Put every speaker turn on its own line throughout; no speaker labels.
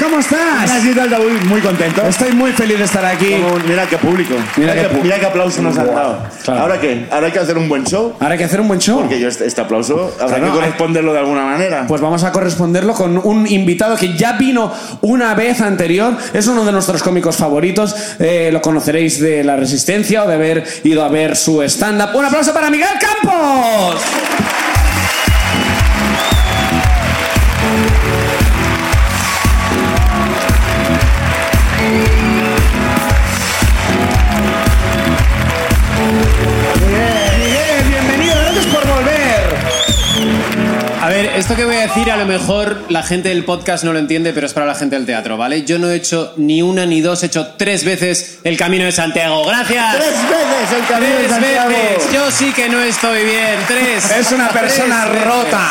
¿Cómo estás?
Así tal, David, muy contento.
Estoy muy feliz de estar aquí.
Como- mira qué público.
Mira
Mira,
qué
qué,
pu-
mira qué aplauso nos han dado.
Claro.
Ahora qué, ahora hay que hacer un buen show.
Ahora hay que hacer un buen show.
Que yo este, este aplauso habrá
Claro,
que corresponderlo de alguna manera.
Pues vamos a corresponderlo con un invitado que ya vino una vez anterior. Es uno de nuestros cómicos favoritos. Eh, lo conoceréis de La Resistencia o de haber ido a ver su stand-up. ¡Un aplauso para Miguel Campos! Miguel, bienvenido. Gracias por volver.
A ver, esto que voy a decir a lo mejor la gente del podcast no lo entiende, pero es para la gente del teatro, ¿vale? Yo no he hecho ni una ni dos, he hecho tres veces el Camino de Santiago.
¡Tres
¡Gracias!
veces el camino de
¡Tres
Santiago!
veces! Yo sí que no estoy bien. ¡Tres!
Es una
Tres
persona
veces.
rota.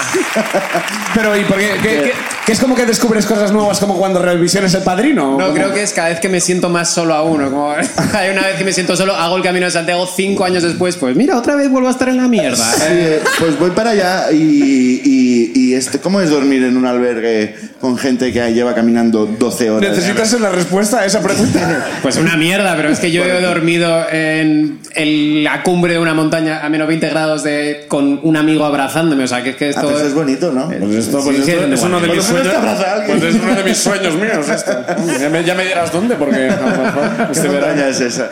Pero, ¿y por qué? ¿Qué- qué- qué es como que descubres cosas nuevas como cuando revisiones el padrino?
No, creo que es cada vez que me siento más solo a uno. Como hay una vez que me siento solo, hago el Camino de Santiago cinco años después, pues mira, otra vez vuelvo a estar en la mierda.
Sí, eh, pues voy para allá y, y- y este, ¿cómo es dormir en un albergue con gente que lleva caminando 12 horas?
¿Necesitas la respuesta a esa pregunta?
Pues una mierda, pero es que yo he dormido en el- la cumbre de una montaña a menos 20 grados de, con un amigo abrazándome. O sea, que es que
Ah,
esto.
pero eso es bonito, ¿no?
pues esto es uno de
mis sueños- pues es uno de mis
sueños míos. Ya, me, dirás dónde, porque
¿Qué montaña es esa?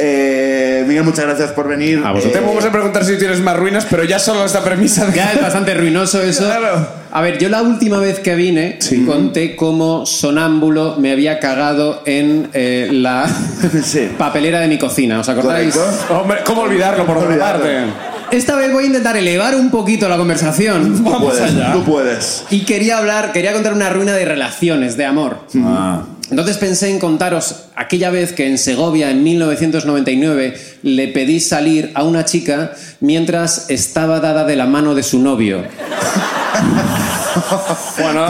Eh, Miguel, muchas gracias por venir. Eh, A
Te vamos a preguntar si tienes más ruinas, pero ya solo esta premisa de.
Ya es bastante ruinoso eso.
Claro.
A ver, yo la última vez que vine conté cómo sonámbulo me había cagado en eh, la
Sí.
papelera de mi cocina. ¿Os acordáis?
Correcto.
Hombre, ¿cómo olvidarlo por otra
Olvidarlo.
parte?
Esta vez voy a intentar elevar un poquito la conversación.
Tú puedes, tú puedes.
Y quería hablar, quería contar una ruina de relaciones, de amor. Entonces pensé en contaros aquella vez que en Segovia, en 1999, le pedí salir a una chica mientras estaba dada de la mano de su novio.
Bueno,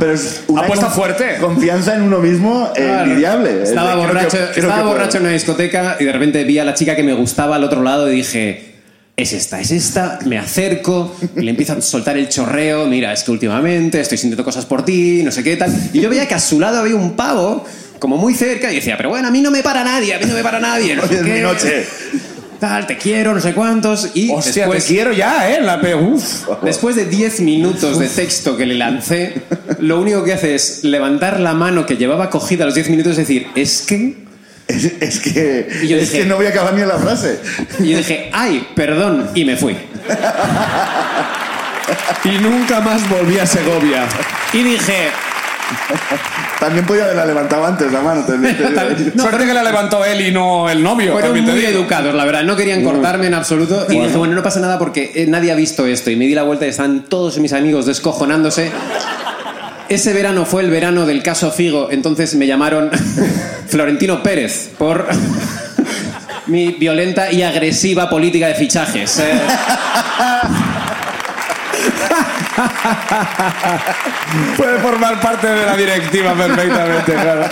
Pero es una
Apuesta
con-
fuerte.
Confianza en uno mismo eh,
Claro.
envidiable.
Estaba
Creo que-
borracho,
creo que
estaba
puedo.
borracho en una discoteca y de repente vi a la chica que me gustaba al otro lado y dije, es esta, es esta, me acerco, y le empiezo a soltar el chorreo, mira, es que últimamente estoy sintiendo cosas por ti, no sé qué tal. Y yo veía que a su lado había un pavo, como muy cerca, y decía, pero bueno, a mí no me para nadie, a mí no me para nadie. No
Hoy
sé
es
qué,
mi noche.
Tal, te quiero, no sé cuántos. Y
hostia,
después,
te quiero ya, ¿eh? La pe... Uf.
Después de 10 minutos de texto que le lancé, lo único que hace es levantar la mano que llevaba cogida los 10 minutos y decir, es que...
Es, es que,
Y yo
es
dije-
que no voy a acabar ni la frase.
Y yo dije, ay, perdón, y me fui.
Y nunca más volví a Segovia.
Y dije,
También podía haberla levantado antes la mano. también te digo.
Suerte que la levantó él y no el novio.
fueron
también te
muy
digo.
educados, la verdad, no querían cortarme en absoluto. Y dije, bueno, no pasa nada porque eh, nadie ha visto esto. Y me di la vuelta y estaban todos mis amigos descojonándose. Ese verano fue el verano del caso Figo, entonces me llamaron Florentino Pérez por mi violenta y agresiva política de fichajes. Eh,
Puede formar parte de la directiva perfectamente, claro.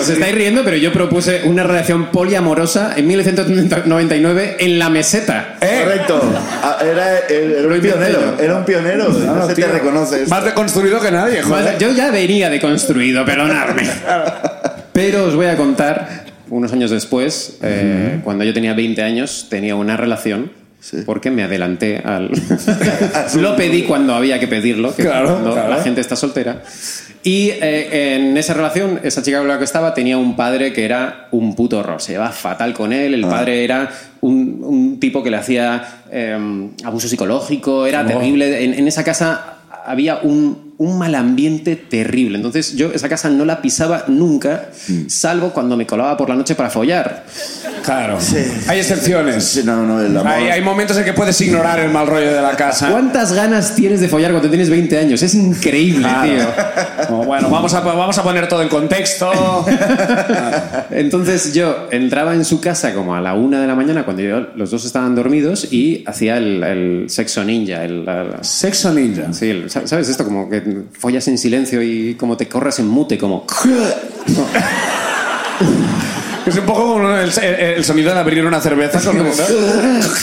Os estáis riendo, pero yo propuse una relación poliamorosa en 1999 en la meseta.
¿Eh?
Correcto. Ah, Era, era un pionero. Era un pionero. No, se te
Tío,
reconoce. esto.
Más deconstruido que nadie, joder.
Más- Yo ya venía deconstruido, perdonadme. Pero os voy a contar, unos años después, eh, cuando yo tenía 20 años, tenía una relación. Porque me adelanté al. lo pedí cuando había que pedirlo, que es
Claro,
cuando
claro.
la gente está soltera. Y eh, en esa relación, esa chica con la que estaba tenía un padre que era un puto horror. Se llevaba fatal con él. El padre era un, un tipo que le hacía eh, abuso psicológico, era terrible. En, en esa casa había un, un mal ambiente terrible. Entonces yo esa casa no la pisaba nunca, salvo cuando me colaba por la noche para follar.
Claro.
Sí.
Hay excepciones.
Sí, no, no, el amor.
Hay, hay momentos en que puedes ignorar el mal rollo de la casa.
¿Cuántas ganas tienes de follar cuando tienes 20 años? Es increíble, tío.
Como, Bueno, vamos a, vamos a poner todo en contexto.
Entonces yo entraba en su casa como a la una de la mañana cuando yo- los dos estaban dormidos y hacía el, el sexo ninja. El, la- la-
Sexo ninja.
sí, el- ¿Sabes esto? Como que follas en silencio y como te corres en mute, como...
Es un poco como el, el- el sonido de abrir una cerveza. con-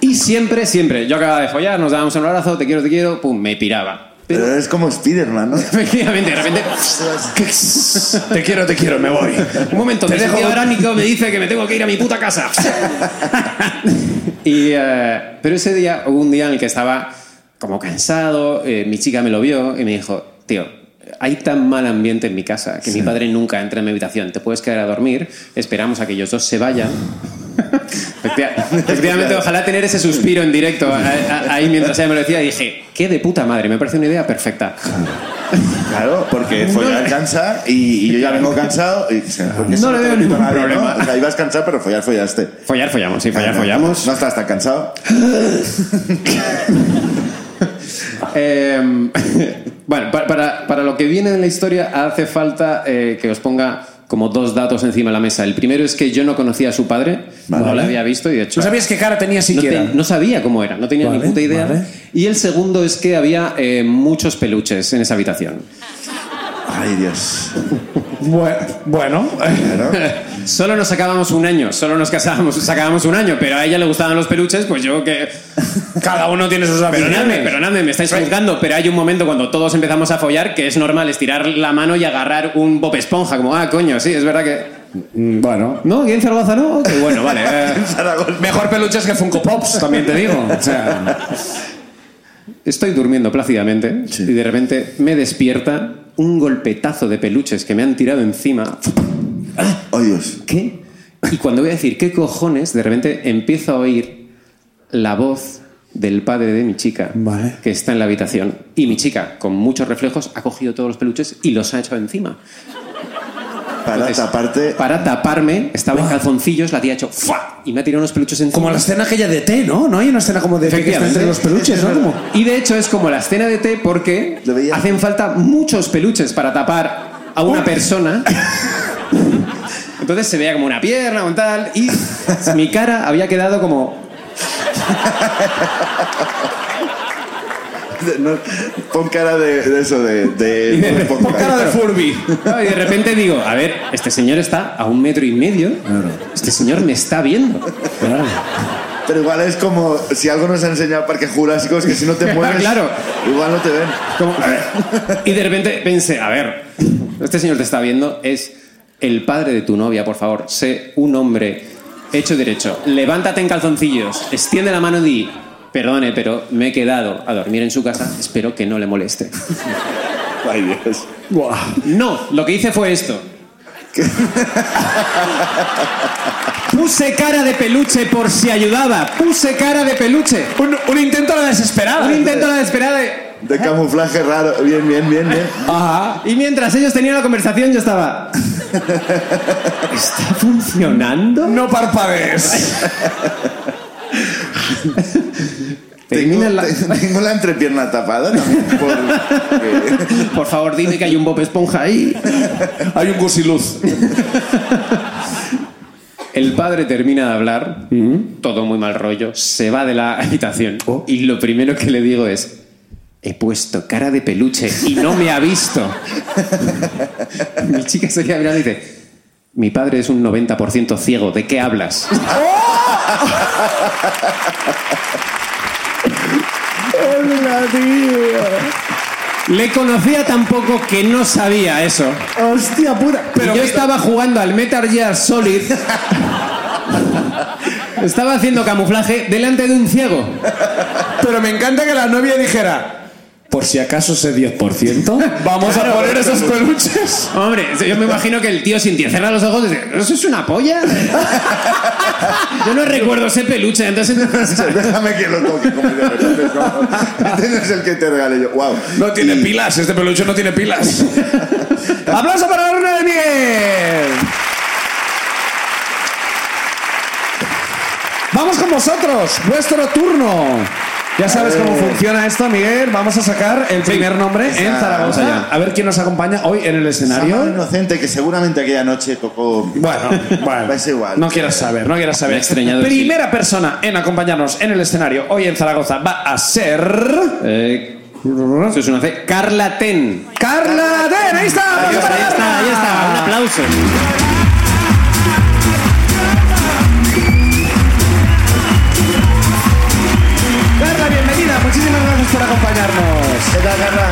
Y siempre, siempre, yo acababa de follar, nos dábamos un abrazo, te quiero, te quiero, pum, me piraba.
Pero, es como Spiderman, ¿no?
Efectivamente, de repente.
Te quiero, te quiero, me voy.
Un momento,
Te
mi
dejo-
sentido arácnico me dice que me tengo que ir a mi puta casa. y, eh, pero ese día, hubo un día en el que estaba como cansado, eh, mi chica me lo vio y me dijo, tío, hay tan mal ambiente en mi casa que mi padre nunca entra en mi habitación, te puedes quedar a dormir, esperamos a que ellos dos se vayan. Efectiva- Efectivamente, ojalá tener ese suspiro en directo a- a- ahí mientras ella me lo decía y dije, qué de puta madre, me parece una idea perfecta.
Claro, porque follar cansa y, y yo ya vengo cansado. Y, o sea, porque eso
No le
te
veo
lo quita
ningún
nadie, ¿no?
problema.
O sea, ibas cansado, pero follar follaste.
Follar, follamos, sí, follar, Ah, follamos.
No estás tan cansado.
Eh, bueno, pa- para, para lo que viene de la historia hace falta eh, que os ponga como dos datos encima de la mesa. El primero es que yo no conocía a su padre, no lo había visto y de hecho...
No sabías qué cara tenía
no
siquiera.
te- no sabía cómo era, no tenía
Vale,
ni puta idea.
vale.
Y el segundo es que había eh, muchos peluches en esa habitación.
Ay, Dios.
Bue- Bueno,
Solo nos sacábamos un año, solo nos casábamos, sacábamos un año, pero a ella le gustaban los peluches, pues yo que...
cada uno tiene sus
Perdonadme,
aficiones.
perdonadme, me estáis juzgando, pero hay un momento cuando todos empezamos a follar que es normal estirar la mano y agarrar un Bob Esponja, como, ah, coño, sí, es verdad que...
Mm, Bueno.
¿No? ¿Quién Zaragoza no? Ok, bueno, vale. eh,
Mejor peluches que Funko Pops, también te digo. O sea,
estoy durmiendo plácidamente y de repente me despierta un golpetazo de peluches que me han tirado encima.
Oh, Dios.
¿Qué? Y cuando voy a decir, ¿qué cojones? De repente empiezo a oír la voz del padre de mi chica
Vale.
que está en la habitación. Y mi chica, con muchos reflejos, ha cogido todos los peluches y los ha echado encima.
Para taparte.
Para taparme, estaba en calzoncillos, la tía ha hecho ¡fua! y me ha tirado unos peluches encima.
como la escena aquella de té, ¿no? No hay una escena como de té que está entre los peluches, ¿no? Como-
Y de hecho es como la escena de té porque
Lo veía.
hacen falta muchos peluches para tapar a una persona. Entonces se veía como una pierna o un tal y mi cara había quedado como...
no, pon cara de, de eso, de. de,
de-
pon
pon cara de Furby.
Y de repente digo, a ver, este señor está a un metro y medio, este señor me está viendo.
Pero igual es como si algo nos ha enseñado Parque Jurásico, es que si no te mueves.
Claro.
Igual no te ven.
Como- y de repente pensé, a ver, este señor te está viendo, es el padre de tu novia, por favor, sé un hombre hecho y derecho, levántate en calzoncillos, extiende la mano y di, perdone, pero me he quedado a dormir en su casa, espero que no le moleste.
Ay, Dios.
Buah.
No, lo que hice fue esto. Puse cara de peluche por si ayudaba, puse cara de peluche.
Un, un intento a la desesperada.
Un intento a la desesperada de...
De camuflaje raro. Bien, bien, bien, bien.
Ajá.
Y mientras ellos tenían la conversación, yo estaba. ¿Está funcionando?
No parpadees.
Termina
tengo,
la-
te- tengo la entrepierna tapada eh, también. Por,
Por favor, dime que hay un Bob Esponja ahí.
Hay un gusiluz.
El padre termina de hablar, todo muy mal rollo, se va de la habitación. Y lo primero que le digo es: He puesto cara de peluche y no me ha visto. Mi chica se queda mirando y dice: Mi padre es un 90% ciego, ¿de qué hablas?
¡Hola, tío!
Le conocía tan poco que no sabía eso.
¡Hostia puta!
Pero yo estaba jugando al Metal Gear Solid. estaba haciendo camuflaje delante de un ciego.
Pero me encanta que la novia dijera, por si acaso ese 10%, vamos a poner esos peluches.
Hombre, yo me imagino que el tío sin ti cierra los ojos y dice, ¿eso es una polla? yo no recuerdo ese peluche, entonces...
Déjame que lo toque. Como de repente, como, este no es el que te regale yo. ¡Wow!
No tiene pilas, este peluche no tiene pilas. ¡Aplauso para la luna de Miguel! Vamos con vosotros, vuestro turno. Ya sabes cómo funciona esto, Miguel. Vamos a sacar el primer nombre en
Esa-
Zaragoza. A ver quién nos acompaña hoy en el
Samar
escenario.
inocente que seguramente aquella noche tocó.
Bueno, bueno.
Es igual.
No quiero saber, no quiero saber.
Me ha extrañado,
Primera persona en acompañarnos en el escenario hoy en Zaragoza va a ser.
Eh, eso es una C. Carla Ten.
Carla Den, ahí está.
Ahí
aplauso para
está, ahí está. Un
Carla.
aplauso.
Carla, bienvenida. Muchísimas gracias por acompañarnos.
¿Qué tal, Carla?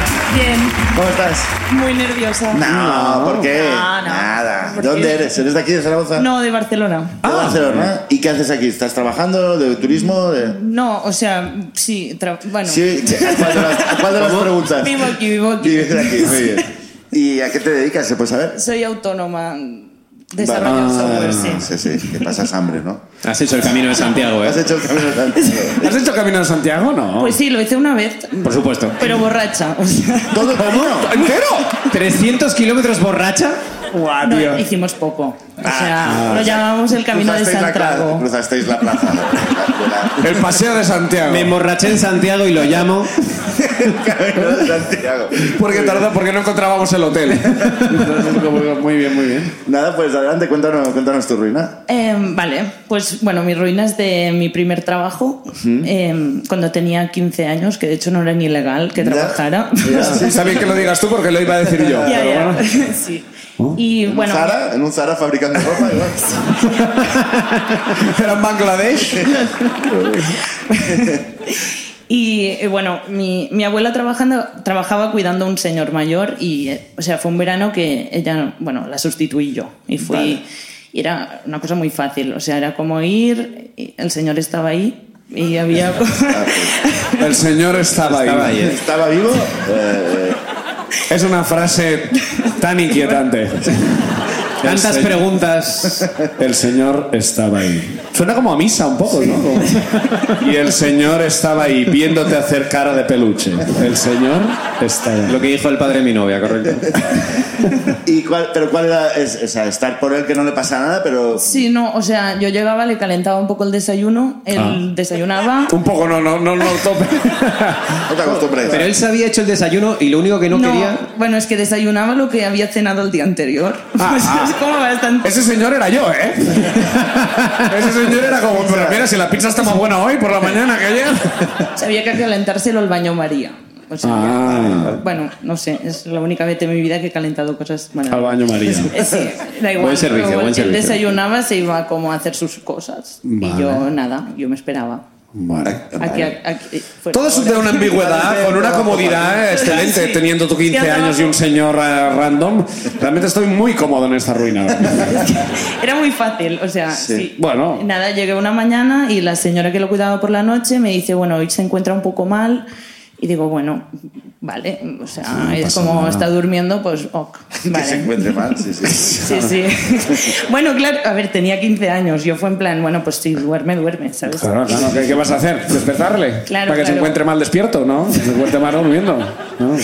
muy nerviosa.
No, ¿por qué?
No, no.
Nada.
¿Por
¿Dónde
qué?
eres? ¿Eres de aquí, de Zaragoza?
No, de Barcelona.
De Barcelona. ¿Y qué haces aquí? ¿Estás trabajando? ¿De turismo? De...
No, o sea, sí, tra- bueno.
Sí, ¿a ¿cuál de las, a cuál de las preguntas?
Vivo aquí, vivo aquí.
Vives aquí, muy bien. ¿Y a qué te dedicas? ¿Se puede saber?
Soy autónoma, desarrollo
Vale.
software, pues sí.
Ah, sí, sí, que pasas hambre, ¿no?
Has hecho el camino de Santiago,
Has
¿eh?
hecho el camino tanto.
¿Has hecho Camino de Santiago? No.
Pues sí, lo hice una vez,
Por supuesto.
pero borracha. O sea,
¿Todo el camino?
¿Entero?
300 kilómetros borracha.
Guau,
no,
tío.
hicimos poco. O
Ah,
sea, lo llamábamos el camino de
Cruzasteis la cla-
Santiago.
Cruzasteis la plaza. de la-
El paseo de Santiago.
Me emborraché en Santiago y lo llamo.
el camino de Santiago.
Porque tardó, porque no encontrábamos el hotel. muy bien, muy bien.
Nada, pues adelante, cuéntanos, cuéntanos tu ruina.
Eh, vale, pues bueno, mi ruina es de mi primer trabajo, eh, cuando tenía 15 años, que de hecho no era ni legal que
Ya.
trabajara.
Ya, sí.
Está bien que lo digas tú porque lo iba a decir yo.
Ya,
pero
ya.
bueno.
Sí.
Oh.
Y bueno,
¿Zara? ¿En un Zara fabricando ropa? igual.
Era en Bangladesh.
y eh, bueno, mi, mi abuela trabajando, trabajaba cuidando a un señor mayor y, eh, o sea, fue un verano que ella, bueno, la sustituí yo y fui. Y era una cosa muy fácil, o sea, era como ir, y el señor estaba ahí y había.
El señor estaba,
Estaba
ahí.
ahí, ¿eh?
¿Estaba vivo? Eh,
Es una frase tan inquietante.
Tantas
señor.
preguntas.
El señor estaba ahí. Suena como a misa un poco, ¿no? Como- Y el señor estaba ahí viéndote hacer cara de peluche. El señor estaba ahí.
Lo que dijo el padre de mi novia, correcto.
¿Y cuál, pero cuál era? Es, o sea, estar por él que no le pasa nada, pero...
Sí, no, o sea, yo llegaba, le calentaba un poco el desayuno, él
Ah.
desayunaba.
Un poco no, no, no, no tope.
No te acostumbres.
Pero él se había hecho el desayuno y lo único que no, quería.
bueno, es que desayunaba lo que había cenado el día anterior.
Ah,
O sea,
ah.
es como bastante.
Ese señor era yo, ¿eh? Ese señor era como, pero mira, si la pizza está más buena hoy por la mañana que ayer.
Sabía que calentárselo el baño María. O sea,
Ah.
bueno, no sé, es la única vez de mi vida que he calentado cosas. Bueno,
Al baño María.
eh, sí, da igual.
Buen servicio,
pero
buen
él
servicio.
desayunaba, se iba como a hacer sus cosas.
Vale.
Y yo nada, yo me esperaba.
Vale.
Aquí, aquí, eh, fuera.
Todo es de una ambigüedad, con una comodidad excelente,
Sí.
teniendo tú 15
Sí, andaba-
años y un señor eh, random. Realmente estoy muy cómodo en esta ruina.
Era muy fácil, o sea, sí.
Bueno.
Nada, llegué una mañana y la señora que lo cuidaba por la noche me dice, bueno, hoy se encuentra un poco mal. Y digo, bueno, vale, o sea, es como está durmiendo, pues ok,
Que se
vale.
encuentre mal, sí, sí.
Sí, sí. bueno, claro, a ver, tenía 15 años, yo fue en plan, bueno, pues sí, duerme, duerme, ¿sabes?
Claro, claro. ¿Qué, qué vas a hacer? ¿Despertarle?
Claro,
Para que se
claro.
encuentre mal despierto, ¿no? Que se encuentre mal durmiendo. ¿no?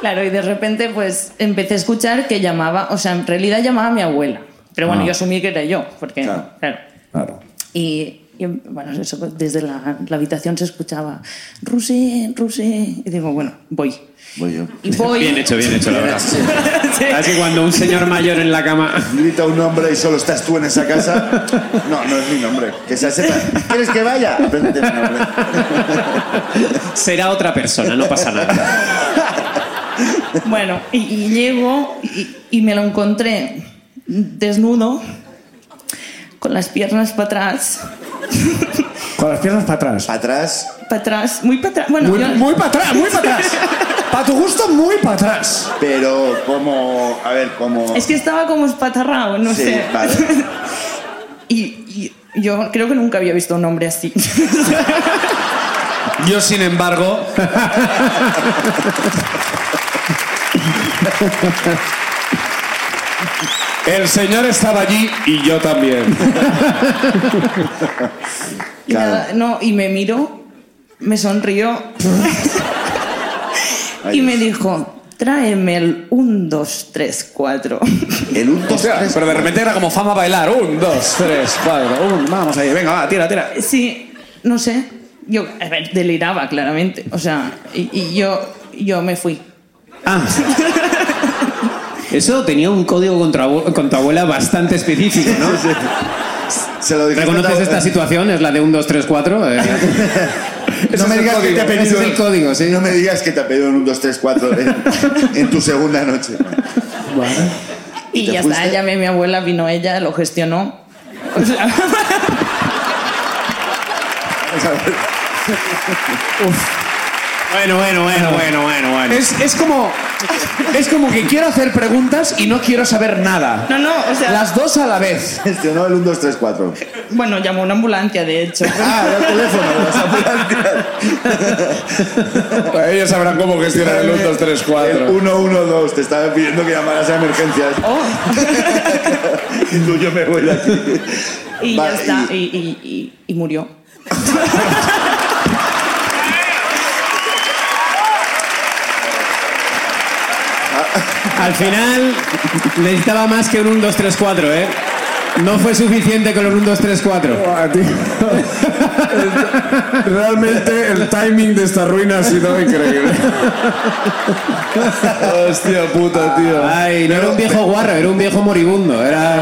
Claro, y de repente pues empecé a escuchar que llamaba, o sea, en realidad llamaba a mi abuela, pero bueno,
Ah.
yo asumí que era yo, porque,
Claro.
claro
Claro.
Y, y, bueno, eso, pues, desde la, la habitación se escuchaba, Rusé, Rusé. Y digo, bueno, voy.
Voy yo.
Y voy.
Bien hecho, bien hecho, la verdad.
Sí.
Así que cuando un señor mayor en la cama.
Grita un nombre y solo estás tú en esa casa. No, no es mi nombre. Que se sepa. ¿Quieres que vaya? Apréndete mi nombre.
Será otra persona, no pasa nada.
Bueno, y, y llego y, y me lo encontré desnudo, con las piernas para atrás,
Con las piernas para atrás.
Para atrás,
para atrás, muy para atrás. Bueno,
Muy,
yo-
muy para atrás, muy para atrás. Para tu gusto, muy para atrás.
pero como... A ver, como...
es que estaba como espatarrado, no
Sí,
sé.
vale.
Y, y yo creo que nunca había visto un hombre así.
Yo, sin embargo. El señor estaba allí y yo también.
Y
Claro.
nada, no, y me miró, me sonrió
Ay,
y me dijo, tráeme el 1, 2, 3, 4.
El un,
O
dos,
sea,
tres,
pero de repente era como fama bailar. Un, dos, tres, cuatro. Un, vamos ahí, venga, va, tira, tira.
Sí, no sé. Yo, a ver, deliraba claramente. O sea, y, y yo, yo me fui.
Ah. Eso tenía un código contra, abue- contra abuela bastante específico, ¿no?
Se lo dijiste
¿Reconoces
a-
esta situación? Es la de 1, 2, 3, 4.
No me digas que te ha
eh. Ese
pedido.
es el código, sí.
No me digas que te ha pedido en un 2, 3, 4 en, en tu segunda noche.
Y,
te
ya
fuiste?
está, llamé a mi abuela, vino ella, lo gestionó. O sea,
O sea,
Bueno, bueno, bueno, bueno, bueno, bueno.
Es, es como. Es como que quiero hacer preguntas y no quiero saber nada.
No, no, o sea,
Las dos a la vez.
Gestionó Este, el 1, 2, 3, 4.
bueno, llamó una ambulancia, de hecho.
Ah, era el teléfono de las ambulancias.
Ellos sabrán cómo gestionar Este el 1, 2, 3, 4.
El 112 te estaba pidiendo que llamaras a emergencias.
Oh.
Y tú, yo me voy de aquí.
Y
Vale,
ya está, y, y- y- y murió.
Al final necesitaba más que un 1, 2, 3, 4, ¿eh? No fue suficiente con el 1, 2, 3, 4.
A ti. Realmente el timing de esta ruina ha sido increíble.
Hostia puta, tío.
Ay, no era un viejo guarro, era un viejo moribundo. Era.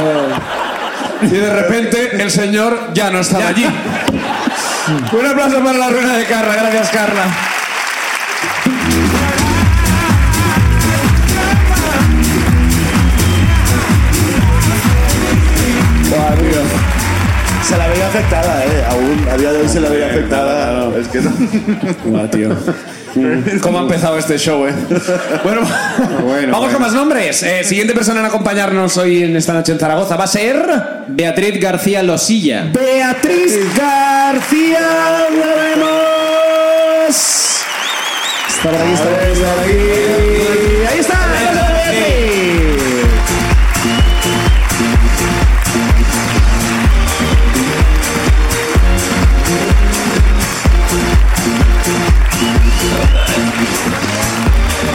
Y de repente el señor ya no estaba allí. Un aplauso para la ruina de Carla. Gracias, Carla.
Buah, tío. Se la veía afectada, ¿eh? Aún a día de hoy se la veía afectada. Es que no.
No, tío.
¿Cómo ha empezado este show, eh? Bueno,
Bueno,
vamos
bueno.
con más nombres. Eh, siguiente persona en acompañarnos hoy en esta noche en Zaragoza va a ser.
Beatriz García Losilla.
Beatriz García. ¡La vemos!
Está por aquí, está por aquí, está por aquí.
Y ahí está.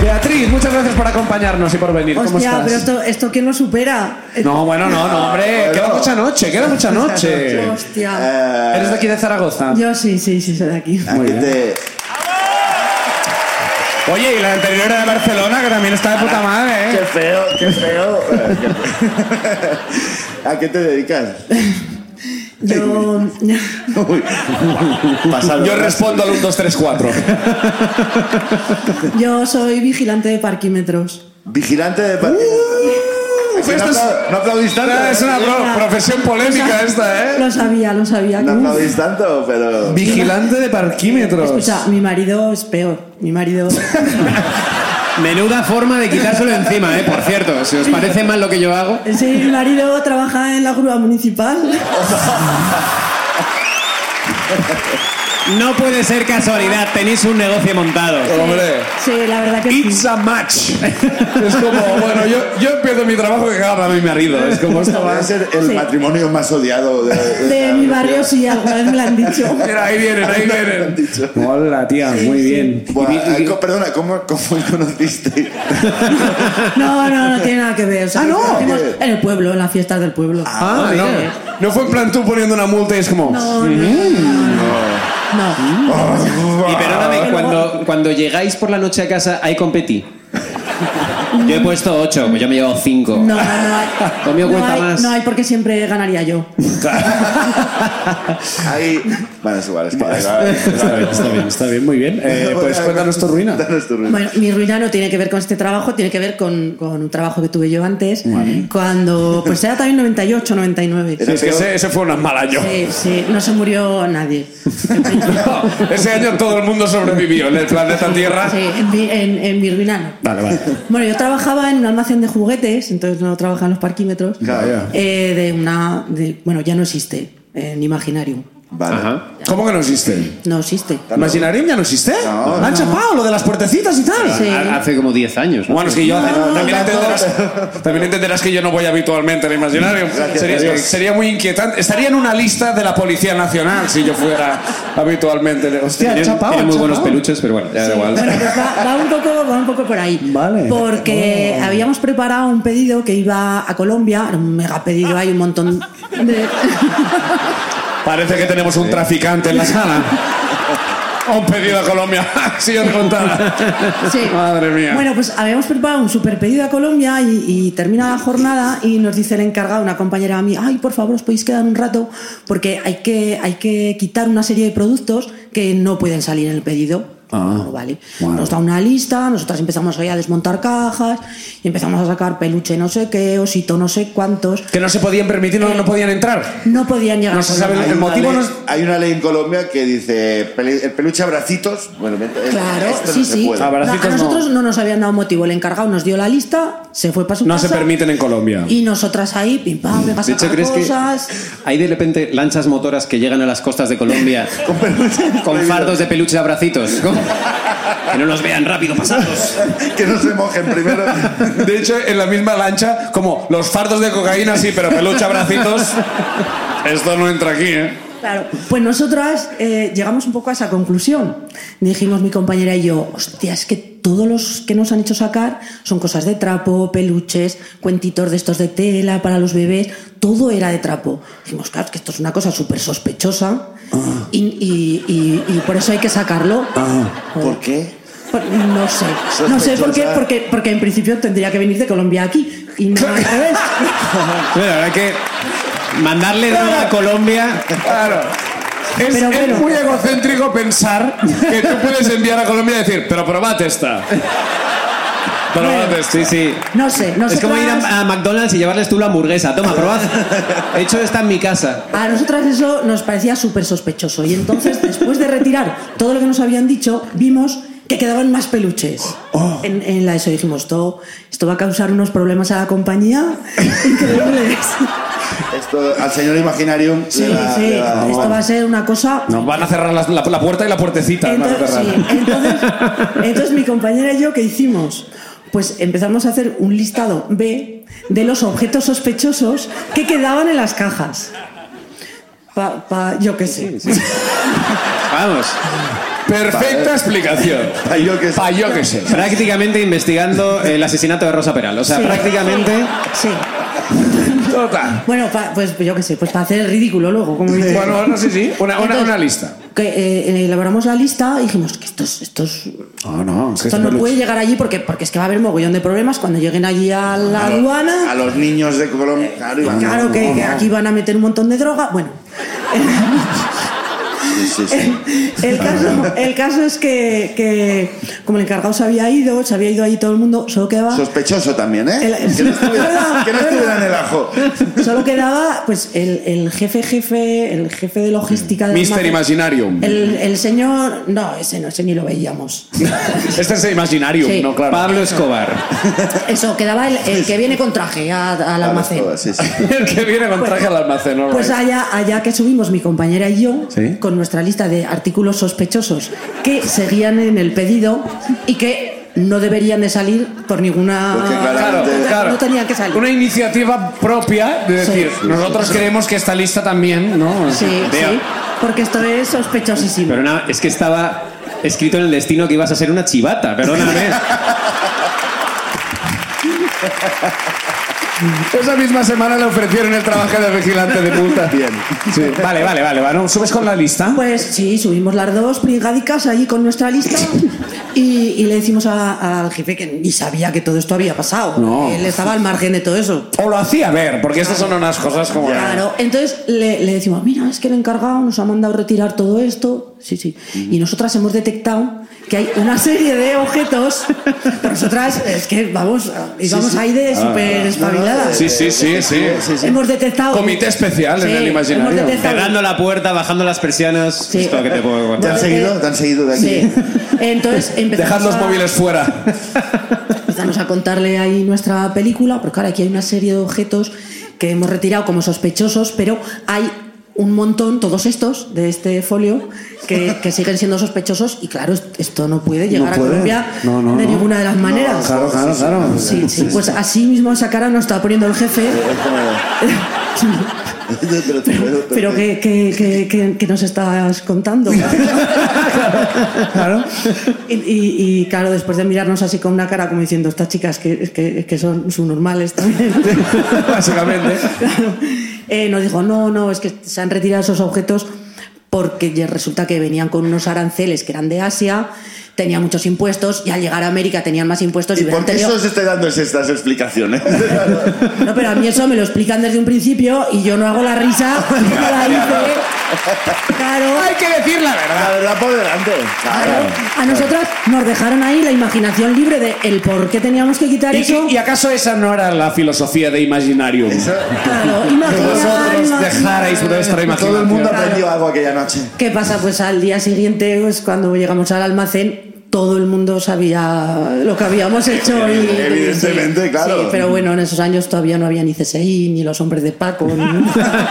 Beatriz, muchas gracias por acompañarnos y por venir. ¿Cómo
Hostia,
estás?
pero esto, esto ¿quién lo supera?
No, bueno, no, no, hombre.
Bueno.
Queda mucha noche, queda mucha noche.
Hostia.
Eh,
¿Eres de aquí de Zaragoza?
Yo sí, sí, sí, soy de aquí.
aquí te-
Oye, y la anterior era de Barcelona, que también está de
Ah.
puta madre, ¿eh?
Qué feo, qué feo. Eh, qué feo. ¿A qué te dedicas?
Yo,
Pasado.
Yo respondo al 1, 2, 3, 4.
yo soy vigilante de parquímetros.
Vigilante de parque. Aquí no,
Uh, esto es-
apla- no aplaudís tanto.
Ah, Es
¿eh?
una pro- profesión polémica
Sa-
esta, ¿eh?
Lo sabía, lo sabía.
No
Uf.
aplaudís tanto, pero.
Uh. Vigilante de parquímetros.
Escucha, mi marido es peor. Mi marido.
Menuda forma de quitárselo encima, ¿eh? Por cierto, si os parece mal lo que yo hago.
Sí, mi marido trabaja en la grúa municipal.
No puede ser casualidad, tenéis un negocio montado.
Hombre,
Sí, la verdad que sí.
it's a match. Es como, bueno, yo, yo empiezo mi trabajo que agarra mi marido. Es como esto
Va
va.
a ser el
Sí.
matrimonio más odiado de,
De mi barrio sí, alguna vez me lo han dicho.
Mira, ahí vienen, ahí
Han
vienen.
dicho.
Hola, tía, muy bien.
Buah, eh, co- perdona, ¿cómo, cómo conociste?
No, no, no tiene nada que ver. O sea,
Ah, no.
nos conocimos En el pueblo, en las fiestas del pueblo.
Ah, no. No fue en plan tú poniendo una multa y es como.
No, no,
Mm.
no, no. No.
Ah.
Y perdóname, cuando, cuando llegáis por la noche a casa, hay competí. Yo he puesto 8, yo me he llevado 5.
No, no hay.
Conmigo
no
cuenta
hay-
más.
No hay porque siempre ganaría yo.
Ahí. Bueno, es igual, es que.
Está bien, está bien, muy bien. Eh, pues cuéntanos tu ruina.
Danos tu ruina.
Bueno, mi ruina no tiene que ver con este trabajo, tiene que ver con, con un trabajo que tuve yo antes, cuando, pues era también 98, 99.
Sí, es que ese, ese fue una mala yo.
Sí, sí, no se murió nadie.
No, ese año todo el mundo sobrevivió en el planeta Tierra.
Sí, en, mi- en- en mi ruina no.
Vale, vale.
Bueno, yo trabajaba en un almacén de juguetes, entonces no trabajaba en los parquímetros,
Claro.
eh, de una, de- bueno, ya no existe, en Imaginarium.
Vale.
Ajá.
¿Cómo que no existe?
No existe.
¿Imaginarium ya no existe?
No.
¿Han chapado lo de las puertecitas y tal?
Sí.
Ha- Hace como 10 años. ¿no?
Bueno, es que yo también,
no,
entenderás, también entenderás que yo no voy habitualmente al imaginario.
Gracias a
Sería,
Dios.
sería muy inquietante. Estaría en una lista de la Policía Nacional si yo fuera habitualmente. Hostia,
Tienen-
chapao,
tienen muy
chapao.
buenos peluches, pero bueno, ya da igual.
Bueno, pues va, va un poco, va un poco por ahí.
Vale. Oh.
Porque habíamos preparado un pedido que iba a Colombia, era un mega pedido, hay un montón de.
Parece que tenemos un traficante en la sala. Un pedido a Colombia. si yo te contara.
Sí.
Madre mía.
Bueno, pues habíamos preparado un super pedido a Colombia y, y termina la jornada y nos dice el encargado, una compañera a mí, ay, por favor, os podéis quedar un rato porque hay que, hay que quitar una serie de productos que no pueden salir en el pedido.
Ah,
Bueno, vale. Nos da una lista, nosotras empezamos ahí a desmontar cajas y empezamos a sacar peluche no sé qué, osito no sé cuántos.
Que no se podían permitir, no, no podían entrar.
No podían llegar
No se
con
sabe
nada.
el motivo. No es-
Hay una ley en Colombia que dice pele- el peluche abracitos. Bueno,
Claro,
esto
sí,
no Se
sí.
puede.
Ah, vale.
No,
Abracitos no.
a nosotros no. nos habían dado motivo. El encargado nos dio la lista, se fue para su
no
casa.
se permiten en Colombia.
Y nosotras ahí, pim pam, venga,
De hecho,
sacar
¿crees que
cosas.
hay de repente lanchas motoras que llegan a las costas de Colombia con fardos de peluche a bracitos? ¿Cómo? Que no los vean rápido pasados.
que no se mojen primero.
De hecho, en la misma lancha, como los fardos de cocaína, sí, pero peluche, bracitos. Esto no entra aquí, ¿eh?
Claro, pues nosotras eh, llegamos un poco a esa conclusión. Dijimos mi compañera y yo, hostia, es que todos los que nos han hecho sacar son cosas de trapo, peluches, cuentitos de estos de tela para los bebés, todo era de trapo. Dijimos, claro, es que esto es una cosa súper sospechosa
Ah.
y, y- y- y por eso hay que sacarlo. Joder.
¿Por qué?
Por- No sé, no sé por qué,
Sospechosa.
porque, porque en principio tendría que venir de Colombia aquí y no al revés.
Bueno, habrá que mandarle dinero a Colombia.
Claro. Es,
Pero
es
bueno.
muy egocéntrico pensar que tú puedes enviar a Colombia y decir, pero probate esta. Probate esta.
Sí, sí.
No sé, no sé.
Es como ir a, a McDonald's y llevarles tú la hamburguesa. Toma, probad. He hecho esta en mi casa.
A nosotras eso nos parecía súper sospechoso y entonces después de retirar todo lo que nos habían dicho vimos que quedaban más peluches en, en la ESO dijimos esto, esto va a causar unos problemas a la compañía increíbles
Esto al señor imaginario. le
sí,
va-
sí,
le va-
esto va a ser una cosa
Nos van a cerrar la, la- la puerta y la puertecita. van a
entonces,
cerrar.
sí, entonces- entonces mi compañera y yo ¿qué hicimos? pues empezamos a hacer un listado B de los objetos sospechosos que quedaban en las cajas pa, pa- yo qué sé
Vamos.
Perfecta explicación.
Pa' yo que sé.
Pa' yo que sé.
Prácticamente investigando el asesinato de Rosa Peral. O sea,
Sí.
prácticamente.
sí.
Total.
Bueno, pa- pues yo qué sé, pues para hacer el ridículo luego, como dice.
Bueno, bueno, sí, sí. Una, una,
Entonces,
una lista.
Que, eh, elaboramos la lista y dijimos que estos, estos,
No, Ah, no, es que
esto
es
no
peluche.
puede llegar allí porque, porque es que va a haber mogollón de problemas cuando lleguen allí a la
A,
aduana.
a los niños de Colombia. Claro, y van-
claro que, que aquí van a meter un montón de droga. Bueno,
Sí, sí, sí.
Eh, el caso, el caso es que, que como el encargado se había ido, se había ido allí todo el mundo, solo quedaba,
Sospechoso también, ¿eh?
El-
que, no estuviera, que no estuviera en el ajo.
solo quedaba pues el, el jefe jefe, el jefe de logística de
Mister Imaginarium.
El, el señor, no, ese no, ese ni lo veíamos.
Este es Imaginarium,
Sí.
no, claro.
Pablo Escobar.
Eso, quedaba el, el que viene con traje a- al
Vamos
almacén.
todas, sí, sí.
El que viene con traje al almacén, all
Pues
right.
allá, allá que subimos mi compañera y yo
Sí.
con nuestra lista de artículos sospechosos que seguían en el pedido y que no deberían de salir por ninguna...
Porque
Claro,
claramente-
claro.
No tenían que salir.
Una iniciativa propia de
Sí.
decir, nosotros queremos que esta lista también, ¿no?
Sí,
Vea.
sí, porque esto es sospechosísimo.
Pero no, es que estaba escrito en el destino que ibas a ser una chivata, perdóname.
Esa misma semana le ofrecieron el trabajo de vigilante de puta.
Bien.
Sí. Vale, vale, vale. va, ¿no? ¿Subes con la lista?
Pues sí, subimos las dos brigádicas allí con nuestra lista y, y le decimos a- al jefe que ni sabía que todo esto había pasado.
No.
Él estaba al margen de todo eso.
O lo hacía ver, porque estas son unas cosas como...
Claro, entonces le, le decimos, mira, es que el encargado nos ha mandado retirar todo esto. Sí, sí. Y nosotras hemos detectado que hay una serie de objetos. Pero nosotras, es que vamos, íbamos ahí de súper espabiladas.
Ah. Sí, sí, sí, sí.
Hemos detectado.
Comité especial en
Sí,
el imaginario.
hemos detectado-
Cerrando la puerta, bajando las persianas.
Sí.
Es todo lo que te puedo
¿Te
contar.
han
Bueno,
seguido?
que-
¿Te han seguido de aquí?
Sí. Entonces empezamos,
Dejad los
a,
móviles fuera.
empezamos a contarle ahí nuestra película, porque claro, aquí hay una serie de objetos que hemos retirado como sospechosos, pero hay un montón, todos estos de este folio, que, que siguen siendo sospechosos y claro, est- esto no puede llegar a Colombia de ninguna de las maneras.
claro, claro.
Sí, sí, pues así mismo esa cara nos está poniendo el jefe,
Pero, pero-
pero que, que- que- que- que nos estás contando.
Claro.
Y, y- y, claro, después de mirarnos así con una cara como diciendo, estas chicas que, es que, es que son subnormales también.
Básicamente.
Claro. Eh, nos dijo, no, no, es que se han retirado esos objetos porque ya resulta que venían con unos aranceles que eran de Asia, tenían muchos impuestos y al llegar a América tenían más impuestos y,
¿Y
hubieran
por qué
tenido-
eso se está dando estas explicaciones?
No, pero a mí eso me lo explican desde un principio y yo no hago la risa, no la hice. Claro.
Hay que decir la verdad.
La verdad por delante.
Claro, a nosotros nos dejaron ahí la imaginación libre de el por qué teníamos que quitar
¿Y,
eso.
y- y acaso esa no era la filosofía de Imaginarium?
Claro,
Que
imaginar,
vosotros
imaginar.
dejarais vuestra imaginación.
Todo el mundo
Claro.
aprendió algo aquella noche.
¿Qué pasa? Pues al día siguiente, pues, cuando llegamos al almacén, todo el mundo sabía lo que habíamos hecho. y-
Evidentemente,
sí,
claro.
sí, pero bueno, en esos años todavía no había ni CSI, ni los hombres de Paco. ni- Claro,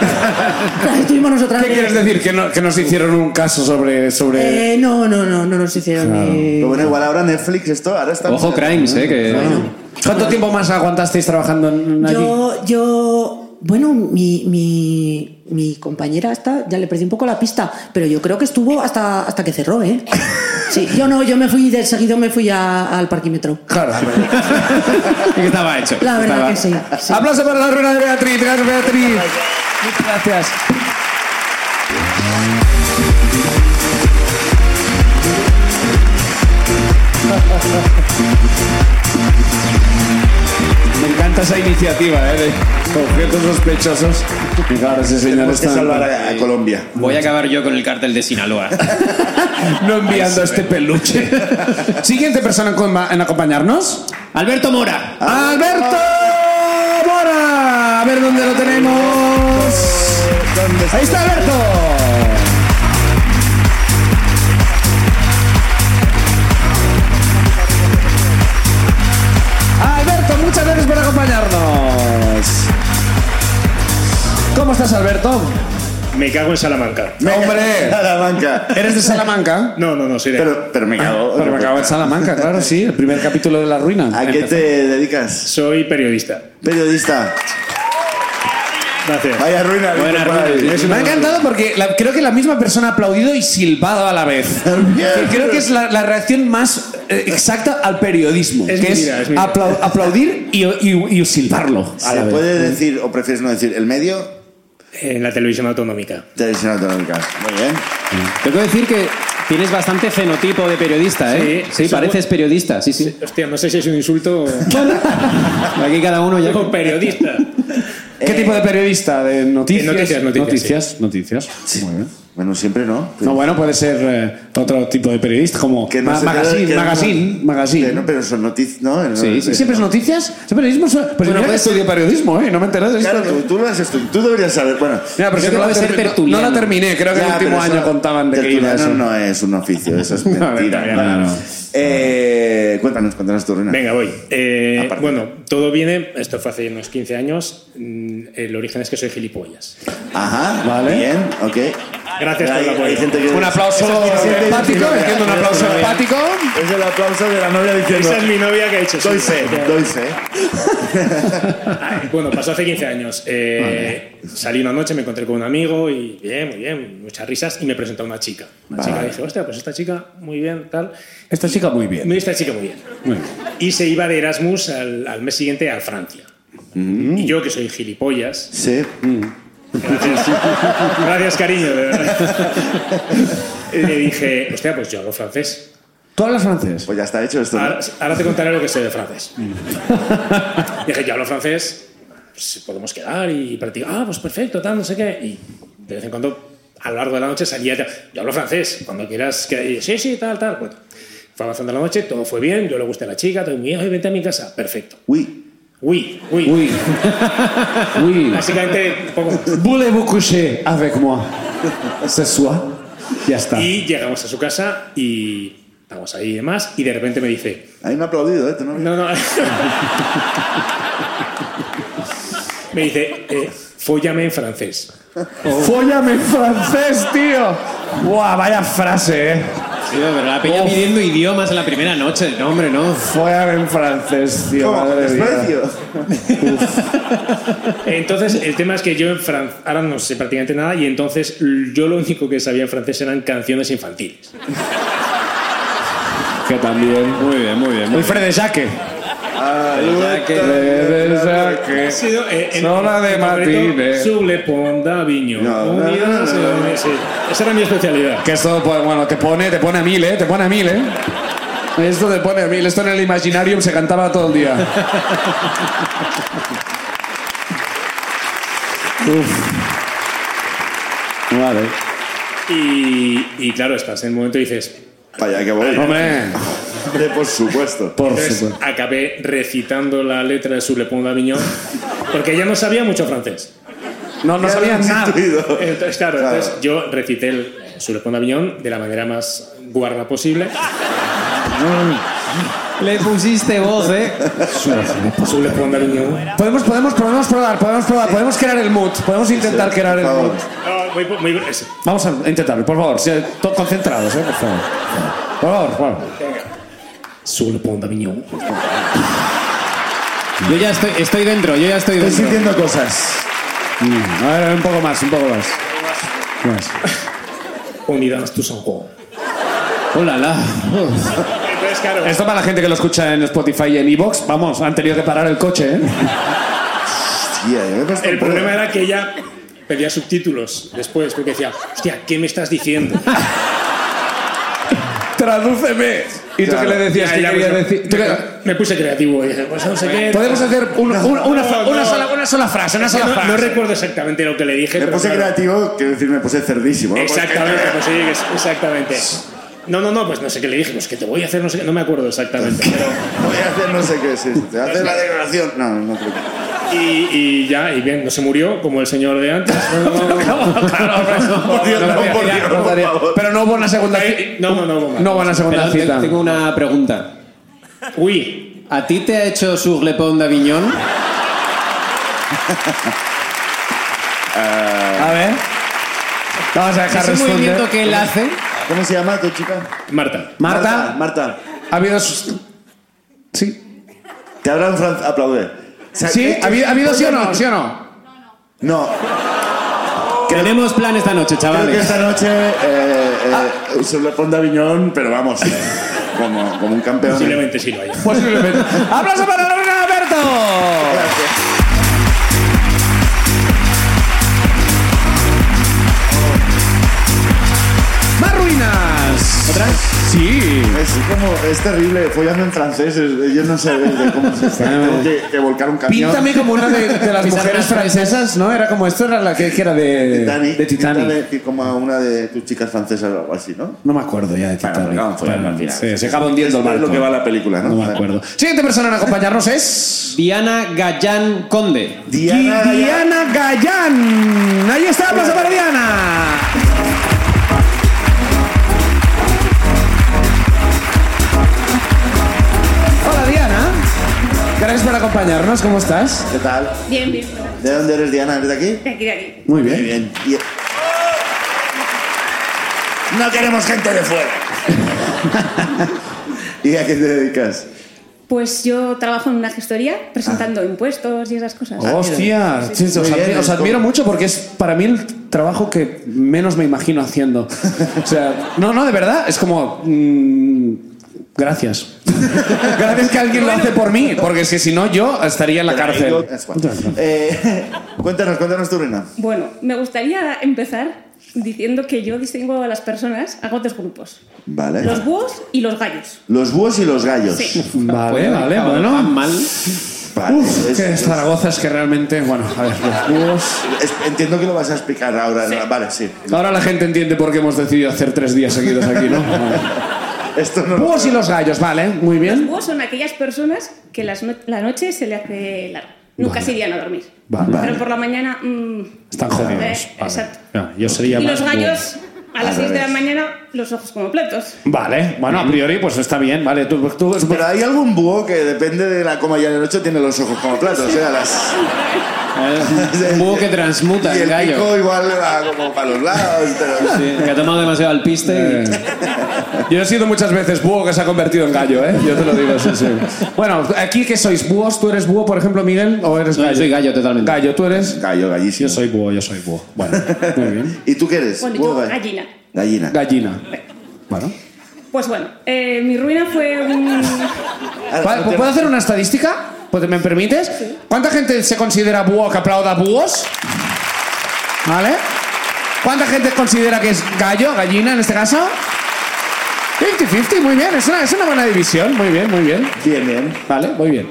Estuvimos nosotras.
¿Qué quieres decir? ¿Que, no, que nos hicieron un caso sobre... sobre...
Eh, no, no, no, no nos hicieron ni.
Pero bueno, igual ahora Netflix esto, ahora está...
Ojo, Crimes, ¿eh? Que...
Ah. ¿Cuánto tiempo más aguantasteis trabajando en allí?
Yo, yo, bueno, mi, mi, mi compañera hasta, ya le perdí un poco la pista, pero yo creo que estuvo hasta, hasta que cerró, ¿eh? Sí, yo no, yo me fui, de seguido me fui a- al parquímetro.
Claro.
que estaba hecho.
La
Estaba-
verdad que sí. sí.
Aplauso para la ruina de Beatriz. Gracias, Beatriz. Muchas gracias. Me encanta esa iniciativa, ¿eh? De objetos sospechosos. Fijaros, ese señor
Tenemos que
está
salvar a, a Colombia.
Voy a acabar yo con el cártel de Sinaloa.
no enviando este peluche. Siguiente persona en coma- en acompañarnos.
Alberto Mora.
Ah, Alberto Mora. A ver dónde lo tenemos.
¿Dónde
Ahí está Alberto. Alberto, muchas gracias por acompañarnos. ¿Cómo estás, Alberto?
Me cago en Salamanca.
Hombre,
Salamanca.
eres de Salamanca.
No, no, no, soy de-
Pero, pero me cago.
Pero me acabo en Salamanca, claro, sí, el primer capítulo de La Ruina.
¿A qué
Empezó.
te dedicas?
Soy periodista.
Periodista.
Gracias.
Vaya ruina.
Buena
Víctor
ruina.
Padre.
Me ha encantado porque la- creo que la misma persona ha aplaudido y silbado a la vez. Que creo que es la, la reacción más eh, exacta al periodismo,
Es
que
mi
es
vida, es mi vida.
aplau- aplaudir y, y- y silbarlo a la
¿Se
vez.
puede decir o prefieres no decir el medio?
En la televisión autonómica.
Televisión autonómica. Muy bien.
Tengo que decir que tienes bastante fenotipo de periodista, ¿eh?
Sí.
Sí, pareces periodista, sí, sí.
Hostia, no sé si es un insulto o
Aquí cada uno ya...
Digo, periodista.
¿Qué tipo de periodista? ¿De noticias?
Eh, noticias, noticias,
noticias. Muy bien.
Bueno, siempre no.
No, bueno, puede ser eh, otro tipo de periodista, como
Que no
ma-
se te da-
magazine,
que no-
magazine, magazine.
Que no, pero son noticias, ¿no? El-
Sí, sí,
¿Y ¿Siempre es noticias? ¿Siempre periodismo? Pues mira que
puede ser-
estudio periodismo, ¿eh? No me enteré de esto.
Claro, tú, tú lo has estudiado. Tú deberías saber. Bueno.
Mira, pero
Creo
si
que
no, la
puede ser
termi- no-
tertuliano.
no la terminé, creo que
Ya,
el último
pero eso-
año contaban de que iba eso.
tertuliano no es un oficio, eso es
No,
mentira.
no, no, no.
Eh, cuéntanos, cuéntanos tu ruina.
Venga, voy. Eh,
Aparte.
bueno, todo viene, esto fue hace unos 15 años, mm, el origen es que soy gilipollas.
Ajá,
Vale.
bien, ok.
Gracias por
Hay-
el apoyo.
hay gente que-
Un aplauso
Esa es mi novia.
empático,
Esa es mi novia.
entiendo un aplauso
Esa es mi novia.
empático.
Es el aplauso de la novia diciendo...
Esa es mi novia que ha dicho... sí,
Doy fe,
gracias.
doy fe.
Ay, Bueno, pasó hace 15 años. Eh, salí una noche, me encontré con un amigo y bien, muy bien, muchas risas y me presentó una chica. Una chica dije, hostia, pues esta chica, muy bien, tal.
Esta chica muy
Me
bien.
dio esta chica muy bien. Y se iba de Erasmus al, al mes siguiente a Francia. Y yo, que soy gilipollas,
Sí.
gracias, gracias cariño, de verdad. Le dije, hostia, pues yo hablo francés.
¿Tú hablas francés?
Pues ya está hecho esto, ¿no?
Ahora, ahora te contaré lo que sé de francés. dije, yo hablo francés, pues podemos quedar y practicar. Ah, pues perfecto, tal, no sé qué. Y de vez en cuando, a lo largo de la noche, salía ya, yo hablo francés, cuando quieras que... y, Sí, sí, tal, tal. Bueno, fue avanzando la noche, todo fue bien, yo le gusté a la chica, todo muy bien, "Ay, vente a mi casa, perfecto.
Uy.
Uy, uy.
Uy. Uy.
Básicamente, un poco más.
Voulez-vous coucher avec moi ce soir? Ya está.
Y llegamos a su casa y estamos ahí y demás, y de repente me dice,
Ahí me ha aplaudido, ¿eh? tu novia.
no, no. me dice, eh, fóllame en francés.
Fóllame en francés, tío. Buah, vaya frase, eh.
Tío, pero la peña
Uf.
pidiendo idiomas en la primera noche. No, hombre, no.
Fóllame en francés, tío.
¿Cómo?
Madre mía.
¿Desprecio?
Entonces, el tema es que yo en francés, ahora no sé prácticamente nada, y entonces l- yo lo único que sabía en francés eran canciones infantiles.
Que también.
Muy bien, muy bien.
Muy Fred de Jaque.
Ha sido, eh, en-
Zona de
en concreto,
matines.
Sur le pont d'Avignon.
No, no,
Unidas,
no, no, no.
eh, sí. Esa era mi especialidad.
Que esto, pues, bueno, te pone, te pone a mil, ¿eh? Te pone a mil, ¿eh? Esto te pone a mil. Esto en el Imaginarium se cantaba todo el día. Uf. Vale.
Y, y claro, estás en el momento y dices,
Para allá que voy.
Hombre,
Hombre, por supuesto.
por
Entonces,
supuesto.
acabé recitando la letra de su Le Pont d'Avignon porque ella no sabía mucho francés.
No, no
Ya lo
sabían
han
nada.
sustituido.
Entonces, claro,
Claro.
entonces yo recité el eh, Sur Le Pont d'Avignon de la manera más guarra posible.
Le pusiste voz, ¿eh?
Sur Le Pont d'Avignon.
Podemos, podemos, podemos probar, podemos probar, podemos crear el mood, podemos intentar crear
Por
el mood.
favor.
Ah, muy, muy- es-
Vamos a intentarlo, por favor, sí, to- concentrados, ¿eh? Por favor. Por favor, por favor.
Sur Le Pont d'Avignon.
Yo ya estoy, estoy dentro, yo ya estoy
Estoy
dentro.
sintiendo cosas.
Mm, A ver, un poco más, un poco más. Más.
Unidas tu San Juan.
Hola, Oh, la.
Entonces, claro,
Esto para la gente que lo escucha en Spotify y en Evox, vamos, han tenido que parar el coche, ¿eh?
Hostia, ya me he puesto
el
un poco-
problema era que ella pedía subtítulos después porque decía, hostia, ¿qué me estás diciendo?
Tradúceme. ¿Y tú
Claro.
qué le decías
Ya,
que
ya,
querías
pues,
decir? ¿Tú
me,
qué-
me puse creativo y dije, pues no sé qué.
Podemos hacer un- un- una, fra-
No,
una
no.
sola, una sola frase, una sola
No,
frase.
no recuerdo exactamente lo que le dije.
Me
pero
puse
claro.
creativo, quiero decir, me puse cerdísimo. ¿no?
Exactamente, pues sí, que es- exactamente. No, no, no, pues no sé qué le dije, pues que te voy a hacer, no sé qué, no me acuerdo exactamente. pero-
Voy a hacer no sé qué es esto. Hacer la declaración. No, no creo que-
y, y ya, y bien, no se murió como el señor de antes. No, no, no, no.
Por Dios, no, por
Ya,
Dios,
no
por
daría-
favor.
Pero no hubo una segunda cita.
No, no, no, no.
No hubo una segunda
Pero te-
cita.
tengo una pregunta.
Uy,
¿A ti te ha hecho Sur Le Pont d'Avignon?
A ver. Vamos a dejar
Ese
responder.
movimiento que él hace.
¿Cómo se llama tu chica?
Marta.
Marta,
Marta.
ha habido. sus- Sí.
Te habrán fran... aplaude. Se ha-
Sí,
eh,
ha habido, ha habido sí o no,
Oye,
sí o no.
No,
Tenemos plan esta noche,
creo que
chavales.
esta noche eh,
Ah.
eh, se le pone a Viñón, pero vamos, eh, como, como un campeón.
Posiblemente sí lo haya.
Posiblemente. ¡Aplauso para Lorena Alberto! ¡Más ruinas! ¿Otras? Sí.
Es como, es terrible, follando en francés, es- yo no sé de cómo se está. Tengo que, que volcar un camión.
Píntame como una de, de las
Pisar
mujeres
las
francesas, ¿no? Era como esto, era la que, que era de
Titanic,
de Titanic.
píntale como a una de tus chicas francesas o algo así, ¿no?
No me acuerdo ya de Titanic.
Bueno, pues no, fue
Bueno,
al final.
sí, se acaba hundiendo el
Es
barco.
lo que va la película, ¿no?
No me acuerdo. Siguiente persona en acompañarnos es.
Diana Gallán Conde.
Diana,
Gui- Diana Gallán. Ahí está, aplauso para Diana. Hola Diana. Gracias por acompañarnos. ¿Cómo estás?
¿Qué tal?
Bien, bien.
¿De dónde eres, Diana? ¿Eres de aquí?
De aquí, de aquí.
Muy
Muy bien. Y- No queremos gente de fuera. ¿Y a qué te dedicas?
Pues yo trabajo en una gestoría presentando impuestos y esas cosas.
Oh.
Hostia, sí, os,
Muy
admi-
bien,
os
¿cómo?
admiro mucho porque es para mí el trabajo que menos me imagino haciendo. O sea, no, no, de verdad, es como... mm, gracias. gracias que alguien lo hace por mí, porque es que si no yo estaría en la cárcel.
Es Juan. Eh, cuéntanos, cuéntanos tu ruina.
Bueno, me gustaría empezar diciendo que yo distingo a las personas, hago dos grupos.
Vale.
Los búhos y los gallos.
Los búhos y los gallos.
Sí.
Vale,
Puede haber
vale,
acabado tan
bueno.
mal.
Vale,
Uf,
es-
que
es-
Zaragoza es que realmente... Bueno, a ver, los búhos...
es- entiendo que lo vas a explicar ahora. Vale, sí.
Ahora la gente entiende por qué hemos decidido hacer tres días seguidos aquí, ¿no?
Esto no lo-
Búhos y los gallos, vale, muy
Los
bien.
búhos son aquellas personas que las no- la noche se le hace larga. Nunca se irían a dormir.
Vale.
Pero por la mañana... mm,
Están jodidos.
eh, exacto.
No, yo sería
Y
más
los gallos, a las
Al
6 de la
revés.
mañana, los ojos como platos.
Vale, bueno, a priori pues está bien, vale. Tú, tú-
Pero hay algún búho que depende de la coma y en el 8 tiene los ojos como platos. O sea, las...
Un búho que transmuta
Y
el
el
gallo.
pico igual le va como para los lados. Pero...
Sí, que ha tomado demasiado alpiste. y-
Yo he sido muchas veces búho que se ha convertido en gallo, ¿eh? Yo te lo digo, sí, sí. Bueno, aquí que sois búhos, ¿tú eres búho, por ejemplo, Miguel? ¿O eres
No,
gallo?
yo soy gallo totalmente.
Gallo, ¿tú eres?
Gallo, gallísimo.
soy búho, yo soy búho. Bueno,
¿Y tú qué eres?
Bueno,
Búho,
yo,
gallo.
gallina.
Gallina.
Gallina. Bueno.
Pues bueno, eh, mi ruina fue un...
Pa- ¿Puedo hacer una estadística? Pues, ¿Me permites? ¿Cuánta gente se considera búho que aplauda búhos? ¿Vale? ¿Cuánta gente considera que es gallo, gallina en este caso? 50-50, muy bien, es una, es una buena división, muy bien, muy bien.
Bien, bien.
Vale, muy bien.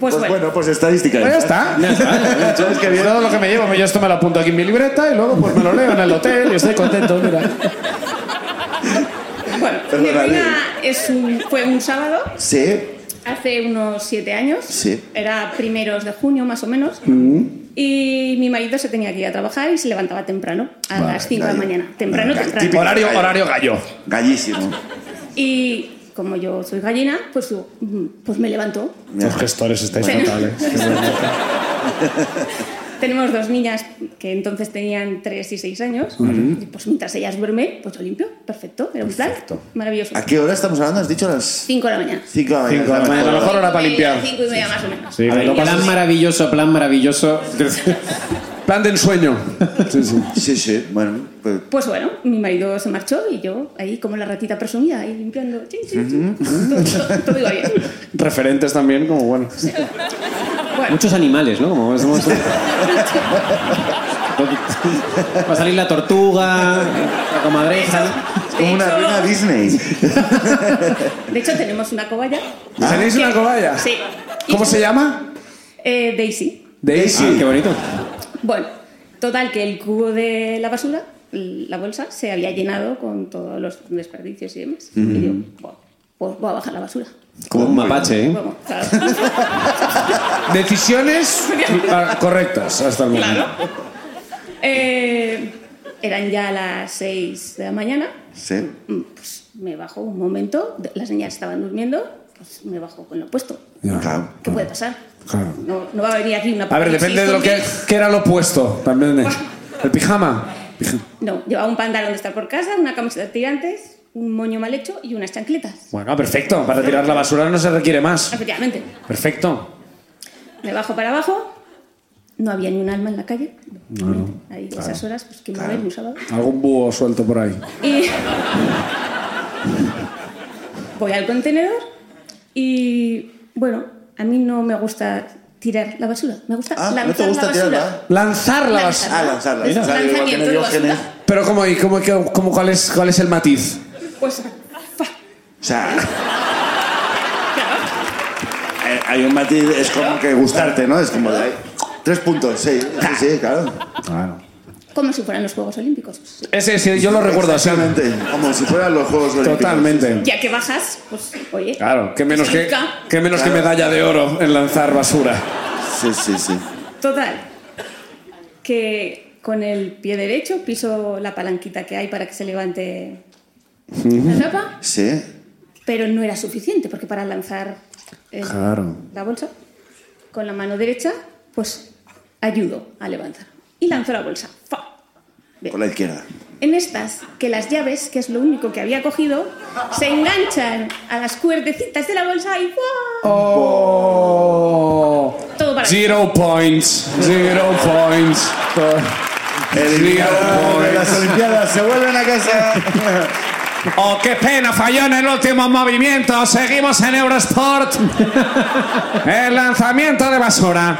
Pues, bueno.
pues estadística.
Pues ya está. Ya está.
¿Sabes qué bien?
Todo lo que me llevo, yo esto me lo apunto aquí en mi libreta y luego pues me lo leo en el hotel y estoy contento, mira.
Ah, Bueno, mi
Perdona,
ruina es un- fue un sábado,
Sí,
hace unos siete años.
Sí. Mm.
Era primeros de junio, más o menos. Y mi marido se tenía que ir a trabajar y se levantaba temprano, a las 5 de la
gallo.
mañana. Temprano,
Venga,
temprano.
típico.
Horario, horario gallo.
gallísimo.
Y como yo soy gallina, pues, digo, "Mm, pues me levanto.
Mira,
gestores estáis
Sí.
fatales.
Tenemos dos niñas que entonces tenían 3 y 6 años. Y pues mientras ellas duermen, pues yo limpio. Perfecto. Era un plan maravilloso.
¿A qué hora estamos hablando? ¿Has dicho las
5 de la mañana.
5 de la mañana?
Cinco de la mañana, a lo mejor hora para
Cinco y media,
limpiar.
Cinco y media más o menos.
Sí, que no pasa-
Plan maravilloso, plan maravilloso.
Plan de ensueño. Sí, sí.
Sí, sí, bueno. Pues,
Pues bueno, mi marido se marchó y yo ahí como la ratita presumida, ahí limpiando. chin, chin, chin. Todo, todo- todo iba bien.
Referentes también, como bueno.
Bueno,
Muchos animales, ¿no? Como somos- Va a salir la tortuga, la comadreja.
de,
como una
hecho,
ruina Disney.
de hecho, tenemos una cobaya.
¿Tenéis una cobaya?
Sí. Y-
¿Cómo se llama?
Eh, Daisy.
Daisy.
Ah, qué bonito.
Bueno, total que el cubo de la basura, la bolsa, se había llenado con todos los desperdicios y demás. Y yo, "Buah, pues voy a bajar la basura.
Como un mapache, ¿eh?
Vamos, claro.
Decisiones ah, correctas hasta el momento.
Eh, eran ya las 6 de la mañana.
Sí.
Mm, pues me bajo un momento, de- las niñas estaban durmiendo, pues me bajo con lo puesto.
Claro.
¿Qué puede pasar?
Ah, Claro.
No, no va a venir aquí una
A ver, depende de lo que, que era lo opuesto. También de- el pijama.
No, llevaba un pantalón de estar por casa, una camiseta de tirantes, un moño mal hecho y unas chancletas.
Bueno, perfecto. Para tirar la basura no se requiere más.
Efectivamente,
Perfecto.
me bajo para abajo, no había ni un alma en la calle. Ahí, a esas horas, pues que no ven, un sábado.
Algún búho suelto por ahí.
Y voy al contenedor y bueno, a mí no me gusta tirar la basura, me gusta
Ah,
lanzar
¿no te
la
gusta
basura.
tirarla?
Lanzar la basura.
Ah, lanzarla.
Mira.
Lanzarla, igual que en
Lanzamiento de
Diógenes.
basura.
Pero ¿cómo, y cómo, cómo- cómo- cuál, es, cuál es el matiz?
Pues
O sea. hay- eh, Hay un matiz, es como que gustarte, ¿no? Es como de ahí. Tres puntos, sí, sí, sí, claro.
como si fueran los Juegos Olímpicos.
Ese, ese, yo lo recuerdo así.
Exactamente, como si fueran los Juegos Olímpicos.
Totalmente.
Ya que bajas, pues oye.
Claro, que menos que,
significa?
que menos que
Claro.
medalla de oro en lanzar basura.
Sí, sí, sí.
Total. Que con el pie derecho piso la palanquita que hay para que se levante la tapa,
Sí.
pero no era suficiente porque para lanzar el- la bolsa con la mano derecha, pues ayudo a levantar y lanzo la bolsa. ¡Fa! Bien.
Con la izquierda.
En estas, que las llaves, que es lo único que había cogido, se enganchan a las cuerdecitas de la bolsa y ¡guau!
Oh.
Todo para
Zero points. Zero points. Zero
Eliminados de las
points.
Olimpiadas se vuelven a casa.
Oh, qué pena, falló en el último movimiento. Seguimos en Eurosport. El lanzamiento de basura.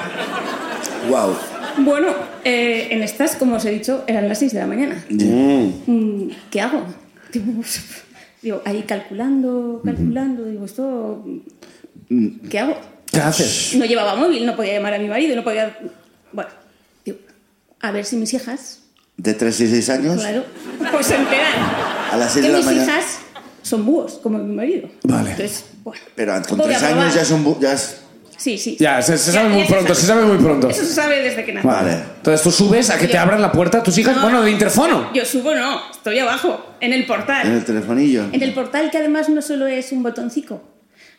wow.
Bueno, eh, en estas, como os he dicho, eran las 6 de la mañana. Mm, ¿Qué hago? Digo, digo, ahí calculando, calculando, digo, esto...
Mm.
¿Qué hago?
¿Qué haces?
No llevaba móvil, no podía llamar a mi marido, no podía... Bueno, digo, a ver si mis hijas,
De 3 y 6 años
claro, pues se enteran.
a las
que
6 de la
mis
mañana.
hijas son búhos, como mi marido.
Vale.
Entonces, bueno.
Pero con
voy a
3 años
probar.
ya son. bu- Ya es-
Sí, sí.
Ya, se, se sabe
Ya-
muy
ya se
pronto,
sabe.
se sabe muy pronto.
Eso se sabe desde que nací.
Vale.
Entonces tú subes a que te abran la puerta tus hijas,
No.
bueno, de interfono. Eh.
Yo subo, no, estoy abajo, en el
En
portal.
el telefonillo.
En el portal que además no solo es un botoncito.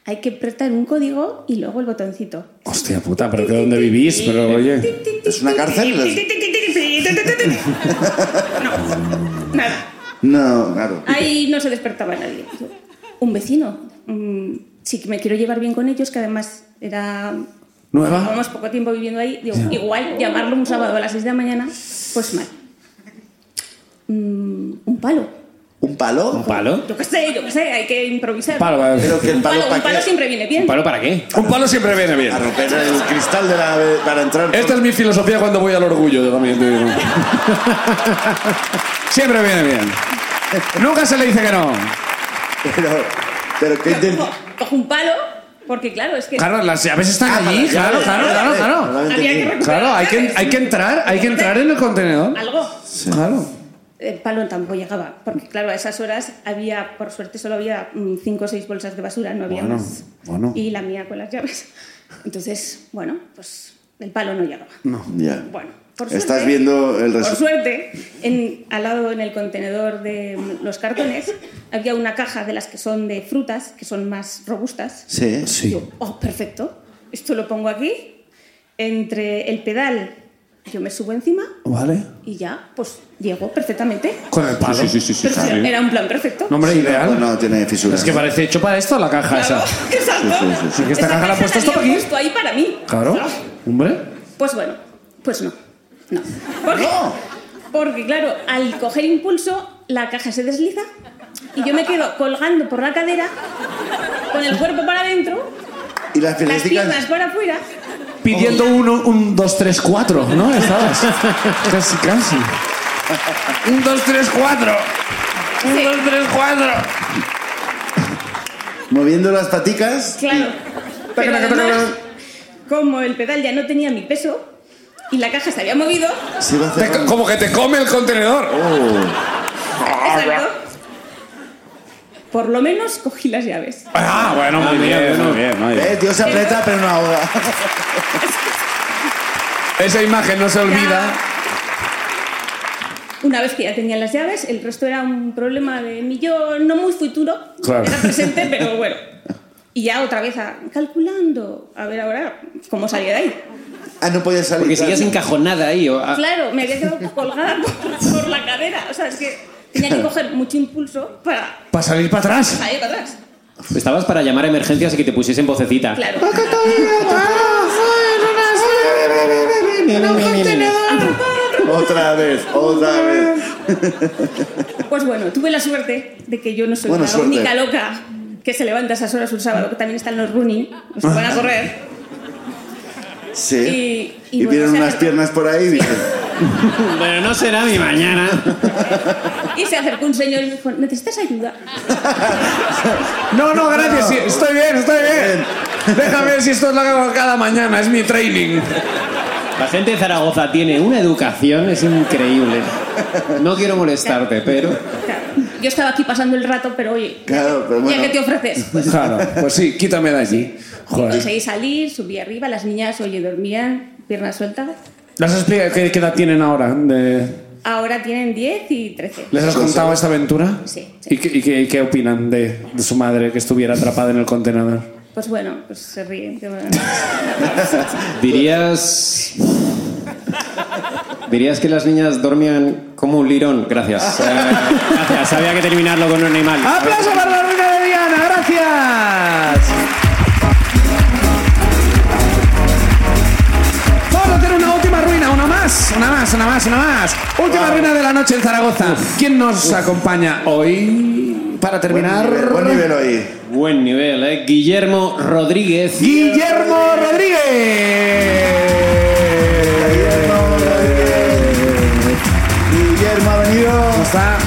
Hay que apretar un código y luego el botoncito.
Hostia puta, pero que dónde vivís, pero oye.
¿Es una cárcel?
No, nada.
No, claro.
Ahí no se despertaba nadie. Un vecino. mm, Sí que me quiero llevar bien con ellos, que además era...
¿Nueva?
Llevamos poco tiempo viviendo ahí. Digo, Igual llamarlo un sábado a las 6 de la mañana, pues mal. Mm, un palo.
¿Un palo?
¿Un palo?
Yo qué sé, yo qué sé, hay que improvisar.
Palo, eh.
Pero que el
Un
palo,
palo,
¿pa'
un palo
qué?
siempre viene bien.
¿Un palo para qué?
Un palo siempre viene bien.
A romper el cristal de la, para entrar.
Este
Esta es mi filosofía cuando voy al orgullo, yo también te digo. Siempre viene bien. Nunca se le dice que no.
Pero, pero que
Cojo, cojo un palo, Porque claro, es que...
Claro, las llaves están
Ah,
allí,
las
claro,
llaves,
claro,
las
claro,
llaves.
claro.
Solamente
Había
tú.
que recuperar
Claro, hay que,
llaves.
hay que entrar, hay que entrar en el contenedor.
Algo.
Claro.
El palo tampoco llegaba, porque claro, a esas horas había, por suerte, solo había mm, cinco o seis bolsas de basura, no había
Bueno,
más.
bueno.
Y la mía con las llaves. Entonces, bueno, pues el palo no llegaba.
Ya.
Bueno, por suerte,
Estás viendo el
Por
resultado.
suerte, en- al lado en el contenedor de mm, los cartones había una caja de las que son de frutas, que son más robustas.
Sí.
Yo, oh, perfecto. Esto lo pongo aquí. Entre el pedal, yo me subo encima
Vale.
y ya, pues llego perfectamente.
Con el palo.
Perfecto, Era un plan perfecto.
Nombre
No,
ideal.
no tiene fisuras.
Es que parece hecho para esto la caja esa.
Claro, exacto.
Sí, sí, sí, sí.
Porque esta
Esa
caja la ha puesto
había
esto aquí.
puesto ahí para mí.
Claro. Hombre.
Pues bueno, pues no. No. ¿Por qué? Porque claro, al coger impulso, la caja se desliza y yo me quedo colgando por la cadera, con el cuerpo para adentro,
Y las
las piernas
películas.
para afuera.
Pidiendo uno, un, dos, tres, cuatro, ¿no? Estabas. casi, casi. Un, dos, tres, cuatro. Un,
Sí.
dos, tres, cuatro.
Moviendo las paticas.
Claro. Pero además, como el pedal ya no tenía mi peso y la caja se había movido,
Se va
Te co-
cerrando.
como que te come el contenedor.
Oh,
exacto, por lo menos cogí las llaves.
Ah, bueno, muy bien, muy bien.
eh, tío, se aprieta, pero no ahora.
Esa imagen no se olvida.
Una vez que ya tenía las llaves, el resto era un problema de mi yo no muy futuro,
Claro.
era presente, pero bueno. Y ya otra vez a- calculando, a ver ahora cómo salía de ahí.
Ah, no podía salir.
Porque
claro.
seguías encajonada ahí. o- ah,
Claro, me había quedado colgada por, por la cadera, o sea, es que tenía que coger mucho impulso para
Para salir para atrás.
salir para atrás.
Estabas para llamar a emergencias y que te pusiesen vocecita.
Claro.
Otra vez, otra vez.
Pues bueno, tuve la suerte de que yo no soy
Buena
la
suerte.
única loca que se levanta a esas horas un sábado, que también están los running, los que van a correr.
Ah, Sí.
Y-
Y,
y
vieron
bueno, se
unas
acercó.
piernas por ahí y dicen,
Pero no será mi mañana.
Y se acercó un señor y me dijo, ¿necesitas ayuda?
No, no, gracias. sí, estoy bien, estoy bien. Déjame ver si esto es lo que hago cada mañana. Es mi training.
La gente de Zaragoza tiene una educación, es increíble. No quiero molestarte, pero.
Claro, yo estaba aquí pasando el rato, pero oye,
Claro, pero
ya
bueno.
que te ofreces. Pues,
Claro, pues sí, quítame de allí. Joder.
conseguí salir, subí arriba, las niñas, oye, dormían, piernas sueltas.
¿Las has explicado qué, qué edad tienen ahora? De-
Ahora tienen 10 y 13.
¿Les has contado esta aventura?
Sí, sí.
¿Y qué, y qué- y qué opinan de, de su madre que estuviera atrapada en el contenedor?
Pues bueno, pues se ríen. que bueno.
Dirías. Dirías que las niñas dormían como un lirón. Gracias. Eh, gracias. Había que terminarlo con un animal.
¡Aplauso para la ruina de Diana! ¡Gracias! Vamos a hacer una última ruina, una más, una más, una más, una más. Última ruina de la noche en Zaragoza. ¿Quién nos acompaña hoy para
buen
terminar?
nivel, buen nivel hoy.
Buen nivel, ¿eh? Guillermo Rodríguez.
Guillermo Rodríguez.
Guillermo Rodríguez. Guillermo ha venido.
Está-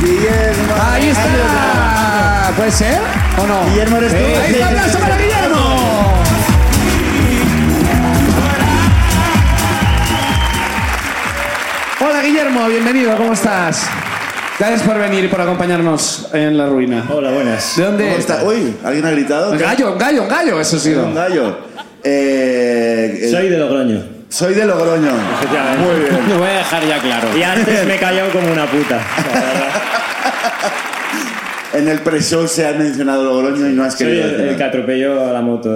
Guillermo.
Ahí está. ¿Puede ser o no?
Guillermo, eres tú.
Eh, ahí está, aplauso para Guillermo. Hola Guillermo, bienvenido, ¿cómo estás? Gracias por venir y por acompañarnos en la ruina.
Hola, buenas.
¿De dónde?
¿Cómo está? Uy, ¿alguien ha gritado?
Un Gallo, un gallo, un gallo, eso ha sido.
Un gallo. Eh, eh,
Soy de Logroño.
soy de Logroño.
Efectivamente.
Muy bien.
Lo voy a dejar ya claro.
Y antes me he callado como una puta. la verdad.
En el pre-show se ha mencionado Logroño y no has
Soy
querido.
el, el que
decirlo.
atropelló a la moto.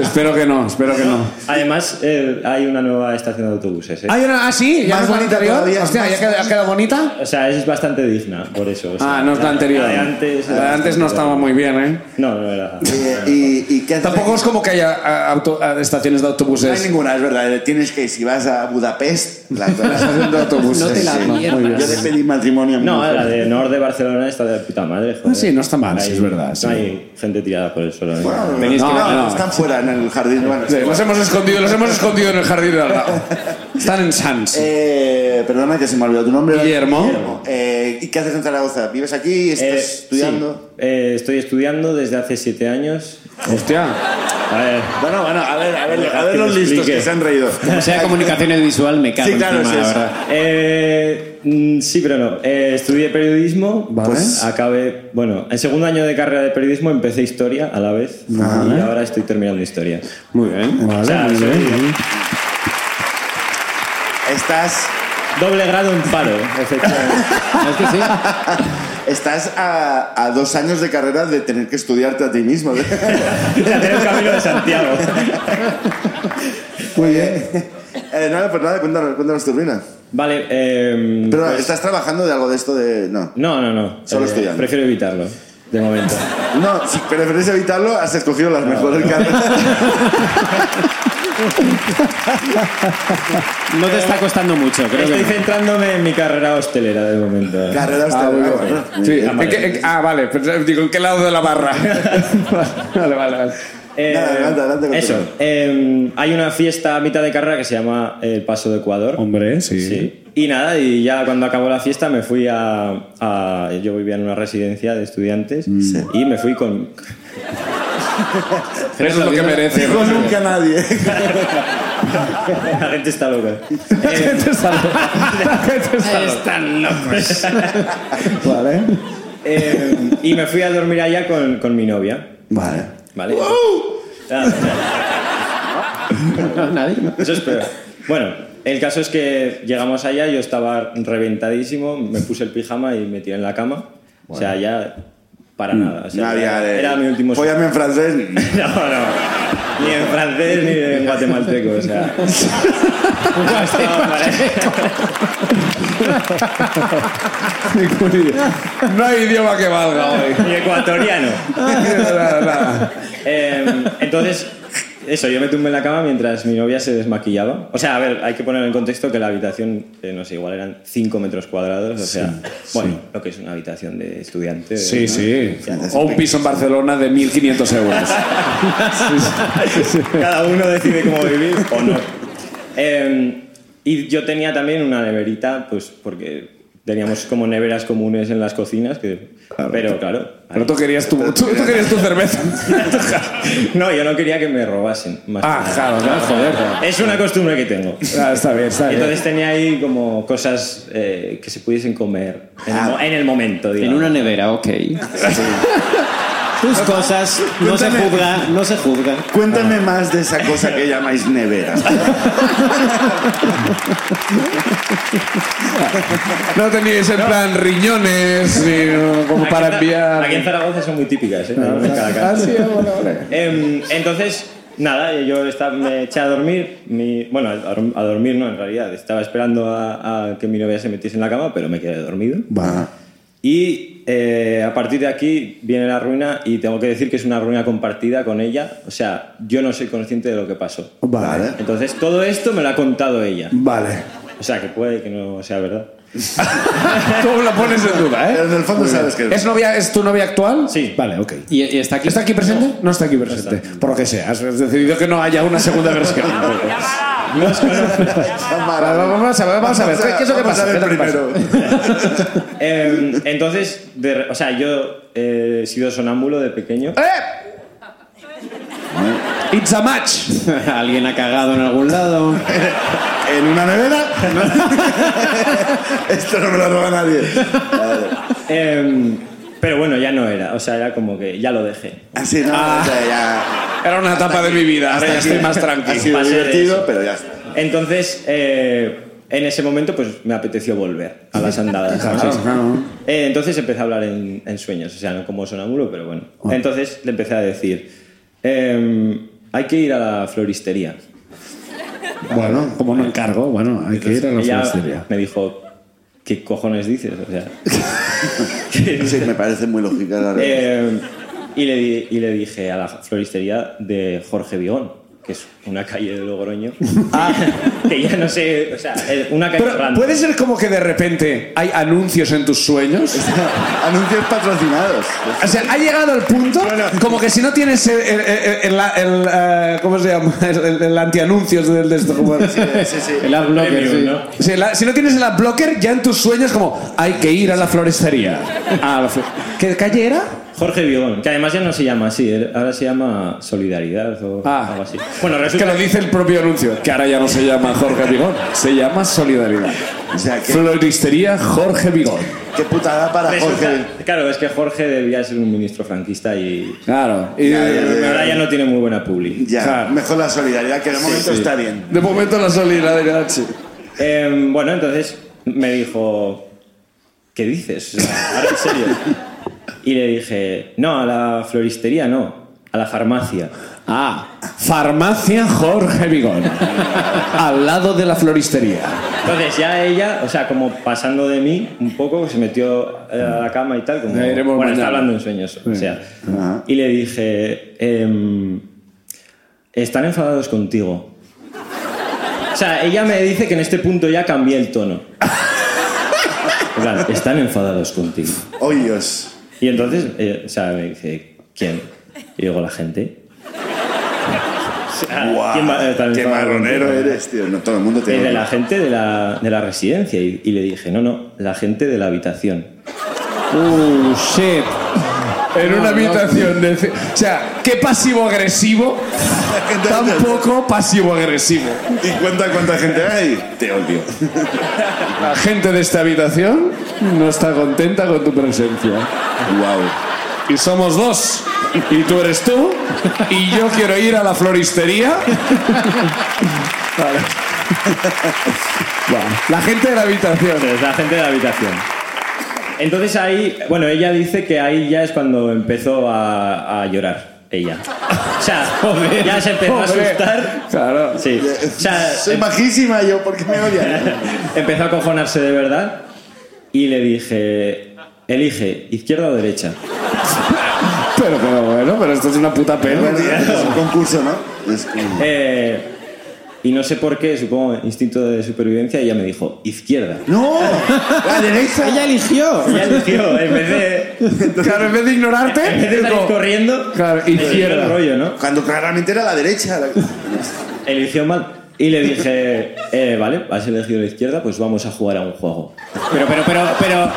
espero que no, espero que no.
Además, eh, hay una nueva estación de autobuses. ¿eh?
Hay una, ah, sí, ya
Más
no es la
bonita
anterior.
todavía,
Hostia,
más-
¿ya queda, ha quedado bonita?
O sea, es bastante digna, por eso. o sea,
Ah, no es la anterior.
La de antes,
La de antes no estaba muy bien, ¿eh?
No, no era.
Eh, y, y qué haces?
Tampoco es como que haya ah, auto- ah, estaciones de
No
autobuses.
hay ninguna, es verdad. Tienes que, si vas a Budapest, la la estación de autobuses.
No te la
sí.
pierdas.
Yo le pedí matrimonio a mi
No,
mujer.
la de Nord de Barcelona catalana está de puta madre. Joder.
Ah, sí, no está mal, sí, es verdad,
no
sí.
hay gente tirada por el suelo. ¿eh? ni nada.
que-
Bueno, no,
no.
están fuera en el jardín. Bueno,
Sí, los hemos escondido, los hemos escondido en el jardín de al lado. Están en Sans.
Eh, perdona que se me ha olvidado tu nombre.
Guillermo.
Eh, ¿Y qué haces en Zaragoza? ¿Vives aquí? ¿Estás
Eh,
estudiando?
sí. Eh, estoy estudiando desde hace siete años.
Hostia.
A ver,
Bueno, bueno, a ver, a ver, a ver
Que
los
te
listos
explique.
que se han reído.
O sea, comunicación audiovisual me cago
Sí, claro,
encima,
es
la
eso.
verdad.
Eh, mm, sí, pero no. Eh, estudié periodismo,
Vale.
pues acabé, bueno, en segundo año de carrera de periodismo empecé historia a la vez y ahora estoy terminando historia.
Muy
Eh,
bien.
O sea, soy
Estás,
Doble grado en paro, efectivamente.
Es que sí.
estás a, a dos años de carrera de tener que estudiarte a ti mismo. ¿eh?
Ya tengo el camino de Santiago.
Muy bien. Eh, nada, pues nada, cuéntanos, cuéntanos tu ruina.
Vale, eh,
Pero
pues-
¿estás trabajando de algo de esto de...? No.
no, no, no.
Solo
Eh,
estudiando.
Prefiero evitarlo, de momento.
No, si preferís evitarlo, has escogido las mejores carreras.
No te está costando mucho, creo
Estoy
que.
centrándome en mi carrera hostelera de momento.
carreras.
Ah,
de-
muy
ah,
bien.
bueno.
Sí, ¿en qué- en qué- ah, vale. pero Digo, ¿en qué lado de la barra? vale, vale, vale.
Eh,
Nada, adelante, adelante, continúa.
eso. eh, hay una fiesta a mitad de carrera que se llama El Paso de Ecuador.
Hombre, sí.
Sí. Y nada, y ya cuando acabó la fiesta me fui a. a- yo vivía en una residencia de estudiantes
Mm.
y me fui con.
Eso es lo que merece.
Dijo nunca nadie.
la gente está loca.
La gente está loca. La gente está loca.
Están locos.
Vale.
Eh, y me fui a dormir allá con, con mi novia.
Vale.
¿Vale? Nada, Eso es peor. Bueno, el caso es que llegamos allá, yo estaba reventadísimo, me puse el pijama y me tiré en la cama. O sea, ya para nada. o sea,
Nadie.
era,
eh,
era mi último sueño.
Fóllame en francés.
No, no. Ni en francés ni en guatemalteco, o sea. Estaba para-
No hay idioma que valga hoy.
Ni ecuatoriano. Eh, entonces, eso, yo me tumbé en la cama mientras mi novia se desmaquillaba. O sea, a ver, hay que poner en contexto que la habitación, eh, no sé, igual eran 5 metros cuadrados, o sea, bueno, lo que es una habitación de estudiante.
Sí,
¿no?
sí. O un piso en Barcelona de 1.500 euros.
Cada uno decide cómo vivir o no. Eh, y yo tenía también una neverita, pues porque teníamos como neveras comunes en las cocinas, que, pero claro.
Pero tú querías tu, tú, tú querías tu cerveza.
No, yo no quería que me robasen. Más
Ah,
que
claro, claro, joder.
nada. Es una costumbre que tengo.
Ah, está bien, está bien.
Entonces tenía ahí como cosas eh, que se pudiesen comer en,
Ah.
el, mo- en el momento,
En
digamos.
una nevera, ok. Tus cosas, no se
Cuéntame.
juzga, no se juzga.
Cuéntame más de esa cosa que llamáis nevera.
No teníais en plan riñones ni no, como
Aquí en
para
Za-
enviar.
Aquí en Zaragoza son muy típicas, ¿eh? En cada casa.
Ah, sí, vale, vale.
Em, entonces, nada, yo esta- me eché a dormir. mi- bueno, a, dor- a dormir no, en realidad. Estaba esperando a, a que mi novia se metiese en la cama, pero me quedé dormido.
Va.
Y eh, a partir de aquí viene la ruina y tengo que decir que es una ruina compartida con ella. O sea, yo no soy consciente de lo que pasó.
Vale.
Entonces, todo esto me lo ha contado ella.
Vale.
O sea, que puede que no sea verdad.
Tú la pones en duda,
Pero
¿eh?
en el fondo sabes que...
¿Es, novia, ¿Es tu novia actual?
Sí.
Vale, ok.
Y, y está aquí.
¿Está aquí presente? No está aquí presente. Por lo que sea, has decidido que no haya una segunda versión. Vale, Vamos a ver, vamos a ver. ¿Qué qué es lo que
Vamos
pasa? ¿Qué
a ver
es lo que pasa?
primero.
Em, entonces, de re- o sea, yo eh, he sido sonámbulo de pequeño.
¡Eh! It's a match.
Alguien ha cagado en algún lado.
¿En una nevera? Esto no me lo roba nadie.
Em, pero bueno, ya no era. O sea, era como que ya lo dejé.
Así, no, o sea, ya...
Era una etapa de mi vida, ahora ya estoy Ah. más
Ha
tranquilo.
sido
Pasé de
divertido,
eso.
pero ya está.
Entonces, eh, en ese momento, pues me apeteció volver a las andadas.
Claro, claro.
Eh, entonces empecé a hablar en, en sueños, o sea, no como sonámbulo, pero bueno.
Ah.
Entonces le empecé a decir, em, hay que ir a la floristería.
Bueno, como no encargo, bueno, hay que ir a la
Ella
floristería.
me dijo, ¿qué cojones dices? O sea,
Sí, me parece muy
Eh,
lógica la
Eh, em, y, le, di- y le dije a la floristería de Jorge Vigón. que es una calle de Logroño, que ya no sé, o sea, es una calle
Ah. Pero
random.
puede ser como que de repente hay anuncios en tus sueños.
Anuncios patrocinados.
O sea, ha llegado el punto como que si no tienes el, el- el- el- el, eh, ¿cómo se llama? El, el- el antianuncios del de esto. como-
El ad blocker, sí.
Si, la- si no tienes el blocker, ya en tus sueños como hay que ir a la florestería. A Ah, la fl- ¿Qué calle era?
Jorge Vigón, que además ya no se llama así, él- ahora se llama Solidaridad o
Ah.
algo así. Bueno,
Que
resulta
lo dice el propio anuncio, que ahora ya no se llama Jorge Vigón, se llama Solidaridad.
O sea, qué,
Floristería Jorge Vigón.
qué putada para
Resulta-
Jorge.
Claro, es que Jorge debía ser un ministro franquista y
Claro. Y
Ya, ya, ya.
ahora ya no tiene muy buena publi.
Ya,
Claro.
mejor la solidaridad, que de momento
sí.
está bien.
De momento la solidaridad, sí.
Eh, bueno, entonces me dijo, ¿qué dices? O sea, ahora en serio. Y le dije, no, a la floristería no, a la farmacia.
Ah, farmacia Jorge Vigón. al lado de la floristería.
Entonces ya ella, o sea, como pasando de mí un poco, se metió eh, a la cama y tal, como,
Ya iremos
bueno, está
mañana.
hablando en sueños, o sea. Y le dije, em, están enfadados contigo. O sea, ella me dice que en este punto ya cambié el tono. En plan, están enfadados contigo.
Oh, Dios.
Y entonces, eh, o sea, me dice, ¿quién? Y digo, la gente. O sea,
Guau,
¿quién va Eh, a estar
qué
enfadado
marronero
contigo?
eres, tío. No, todo el mundo te
Eh, de la
odia.
gente de la, de la residencia. Y, y le dije, no, no, la gente de la habitación.
Uh, shit. En una habitación de... O sea, qué pasivo-agresivo,
gente-
tampoco pasivo-agresivo.
¿Y cuenta cuánta gente hay? Te odio.
La gente de esta habitación no está contenta con tu presencia.
Wow.
Y somos dos. Y tú eres tú. Y yo quiero ir a la floristería. Vale. Bueno, la gente de la habitación.
Entonces, la gente de la habitación. Entonces ahí, bueno, ella dice que ahí ya es cuando empezó a, a llorar, ella. O sea, ya se empezó
Hombre.
a asustar.
Claro.
Sí. O sea,
Soy majísima yo, ¿por qué me odian?
empezó a cojonarse de verdad y le dije, elige, izquierda o derecha.
Pero, pero bueno, pero esto es una puta
Bueno,
pena.
es un concurso, ¿no? Es como-
Eh, y no sé por qué, supongo, instinto de supervivencia, ella me dijo, izquierda.
¡No! ¡La derecha!
Ella eligió.
Ella eligió, en vez de...
Claro, en vez de
En vez de
ignorarte,
salir
digo,
corriendo,
Claro,
me dio
izquierda.
el rollo, ¿no?
Cuando claramente era la derecha. la-
Eligió mal. Y le dije, eh, vale, has elegido la izquierda, pues vamos a jugar a un juego.
Pero, pero, pero, pero.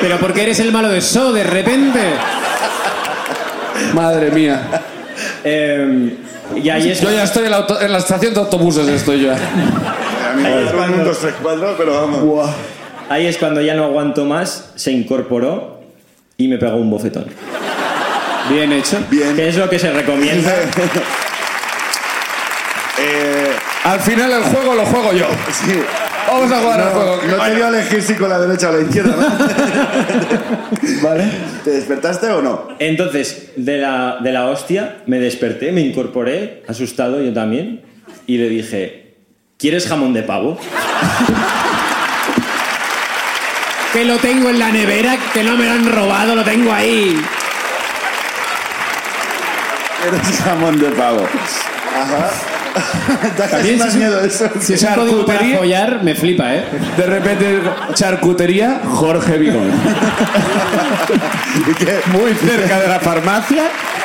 Pero porque eres el malo de So de repente.
madre mía.
Eh, y ahí es.
Yo ya estoy en la, auto- en la estación de autobuses, estoy yo.
A mí me
Ahí
parece
es
un
cuando-
2, 3, 4, pero vamos.
Ahí es cuando ya no aguanto más, se incorporó y me pegó un bofetón.
Bien hecho.
Bien.
Que es lo que se recomienda.
Eh,
Al final el juego lo juego yo.
sí.
Vamos a jugar al
No,
juego.
no te dio a elegir si con la derecha o la izquierda, ¿no?
Vale.
¿Te despertaste o no?
Entonces, de la, de la hostia, me desperté, me incorporé, asustado yo también, y le dije, ¿quieres jamón de pavo?
Que lo tengo en la nevera, que no me lo han robado, lo tengo ahí.
Eres jamón de pavo. Ajá. Da casi
También
más
si-
miedo eso.
Si es un código para follar, me flipa, ¿eh?
De repente, charcutería Jorge Vigón.
¿Y qué?
Muy cerca de la farmacia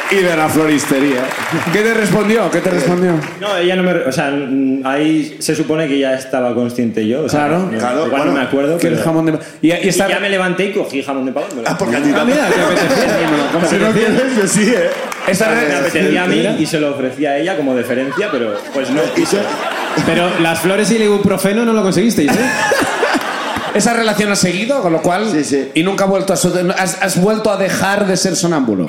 y de la floristería. ¿Qué te respondió? ¿Qué te respondió?
No, ella no me... O sea, mm, ahí se supone que ya estaba consciente yo. o sea,
Claro,
no-
claro,
Igual
bueno,
no me acuerdo,
Que el
pero-
jamón de... Y, y
Y
está...
ya me levanté y cogí jamón de pavo. y me lo-
Ah, porque a ti
Ah,
también.
mira, te apetecía, dímelo, ¿cómo
Si no
apetecía?
quieres, yo sí, ¿eh?
Esta
Me
vez-
apetecía a mí y se lo ofrecía a ella como deferencia, pero pues no.
Y yo-
Pero las flores y el ibuprofeno no lo conseguisteis, ¿eh?
Esa relación ha seguido, con lo cual...
Sí, sí.
Y nunca ha vuelto a... su- Has, has vuelto a dejar de ser sonámbulo.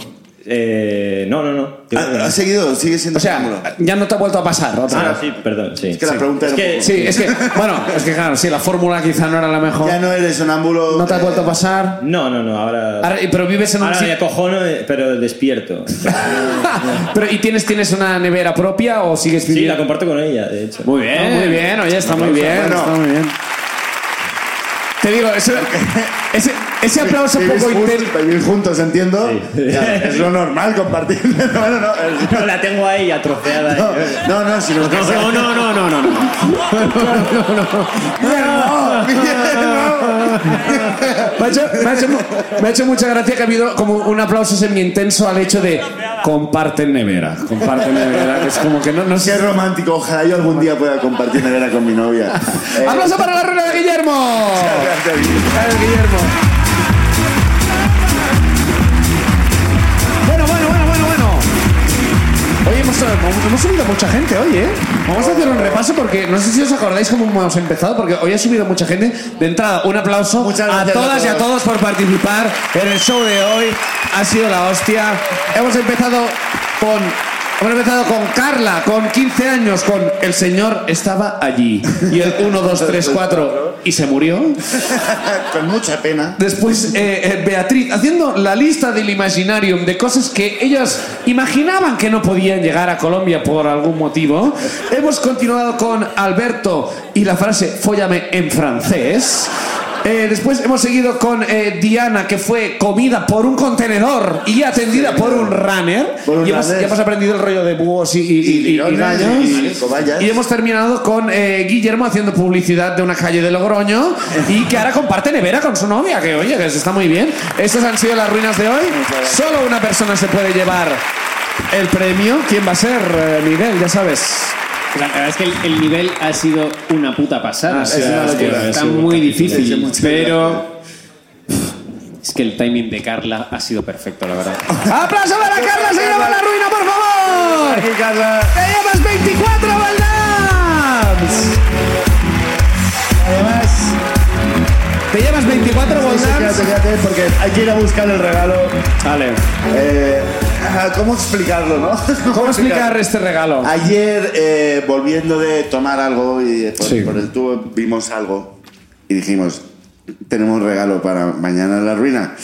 Eh, no, no, no. Yo creo que no.
¿Has seguido? ¿Sigue siendo
O sea, ya no te ha vuelto a pasar otra
Ah,
vez.
sí, perdón, sí.
Es que la pregunta
es
era un
que,
poco-
Sí, es que... Bueno, es que claro, sí, la fórmula quizá no era la mejor.
Ya no eres sonámbulo.
No te ha vuelto a pasar.
No, no, no, ahora...
Ahora- pero vives en un...
Ahora me
sitio-
acojono, eh, pero despierto.
pero, ¿Y tienes, tienes una nevera propia o sigues
Sí,
viviendo...?
la comparto con ella, de hecho.
Muy bien, muy bien, oye, está muy bien,
Bueno.
está muy bien. Te digo, eso- ese, ese aplauso
Vivís
poco
juntos-
intenso.
Vivís juntos, entiendo. Claro, es lo normal compartir. bueno, no, es-
No, la tengo ahí atroceada.
no, no, no, sino que sea-
No, no, no, no, no. no.
Bien, no, bien, no.
Me ha, hecho, me ha hecho mu- me ha hecho mucha gracia que ha habido como un aplauso semi intenso al hecho de comparten nevera, comparten nevera, que es como que no, no
Qué
sé.
romántico, ojalá yo algún día pueda compartir nevera con mi novia. Eh,
¡Aplauso para la rueda de Guillermo!
gracias, Guillermo.
Gracias, Guillermo. Bueno, bueno, bueno, bueno, bueno. Oye, hemos, eh, hemos subido mucha gente hoy, ¿eh? Vamos a hacer un repaso porque no sé si os acordáis cómo hemos empezado, porque hoy ha subido mucha gente. De entrada, un aplauso
Muchas
a
gracias a
todas y a todos
todos.
por participar en el show de hoy. Ha sido la hostia. Hemos empezado con... Hemos empezado con Carla, con 15 años, con El Señor estaba allí. Y el 1, 2, 3, 4, y se murió.
Con mucha pena.
Después, eh, eh, Beatriz, haciendo la lista del Imaginarium de cosas que ellas imaginaban que no podían llegar a Colombia por algún motivo. Hemos continuado con Alberto y la frase Fóllame en francés. Eh, después hemos seguido con eh, Diana, que fue comida por un contenedor y atendida por un runner.
Por un
y, hemos,
runner.
y hemos aprendido el rollo de búhos y, y, y- y- y
lirones,
daños.
y cobayas.
Y hemos terminado con eh, Guillermo haciendo publicidad de una calle de Logroño y que ahora comparte nevera con su novia, que oye, que eso está muy bien. Estas han sido las ruinas de hoy. Solo una persona se puede llevar el premio. ¿Quién va a ser, eh, Miguel? Ya sabes.
La verdad es que el, el nivel ha sido una puta pasada.
Ah,
o
sí,
sea,
es
es que
verdad,
está
sí,
muy
Sí,
difícil,
muchas
pero es que el timing de Carla ha sido perfecto, la verdad.
¡Aplauso para Carla! ¡Se lleva la ruina, por favor!
Aquí, Carla.
¡Te llevas 24 Valdams!
Además,
¡Te llevas 24
sí, sí, quédate,
Valdams!
quédate, porque hay que ir a buscar el regalo.
Vale.
Eh, ajá, ¿Cómo explicarlo, no?
¿Cómo explicar este regalo?
Ayer, eh, volviendo de tomar algo y eh, por,
Sí.
por el tubo vimos algo y dijimos, tenemos regalo para mañana en la ruina.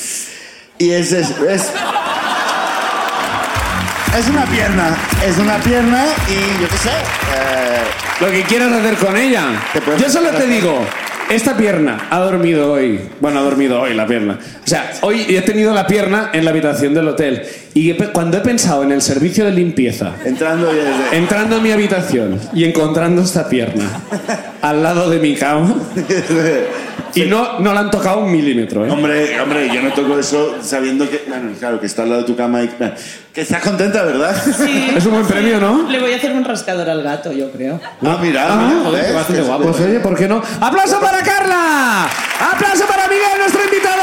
Y es, es, es, es una pierna, es una pierna y yo qué sé. eh,
Lo que quieras hacer con ella.
Te puedes
Yo solo te
hacer-
digo, esta pierna ha dormido hoy. Bueno, ha dormido hoy la pierna. O sea, hoy he tenido la pierna en la habitación del hotel. Y he pe- cuando he pensado en el servicio de limpieza,
entrando y desde...
entrando a mi habitación y encontrando esta pierna al lado de mi cama, y no, no la han tocado un milímetro. ¿eh?
Hombre, hombre, yo no toco eso sabiendo que, bueno, claro, que está al lado de tu cama y que estás contenta, ¿verdad?
Sí,
Es un buen premio, ¿no?
Le voy a hacer un rascador al gato, yo creo.
No, Ah, mira,
ah,
mira, joder,
¿eh?
¿eh?
Pues oye, ¿por qué no? ¡Aplauso para Carla! ¡Aplauso para Miguel, nuestro invitado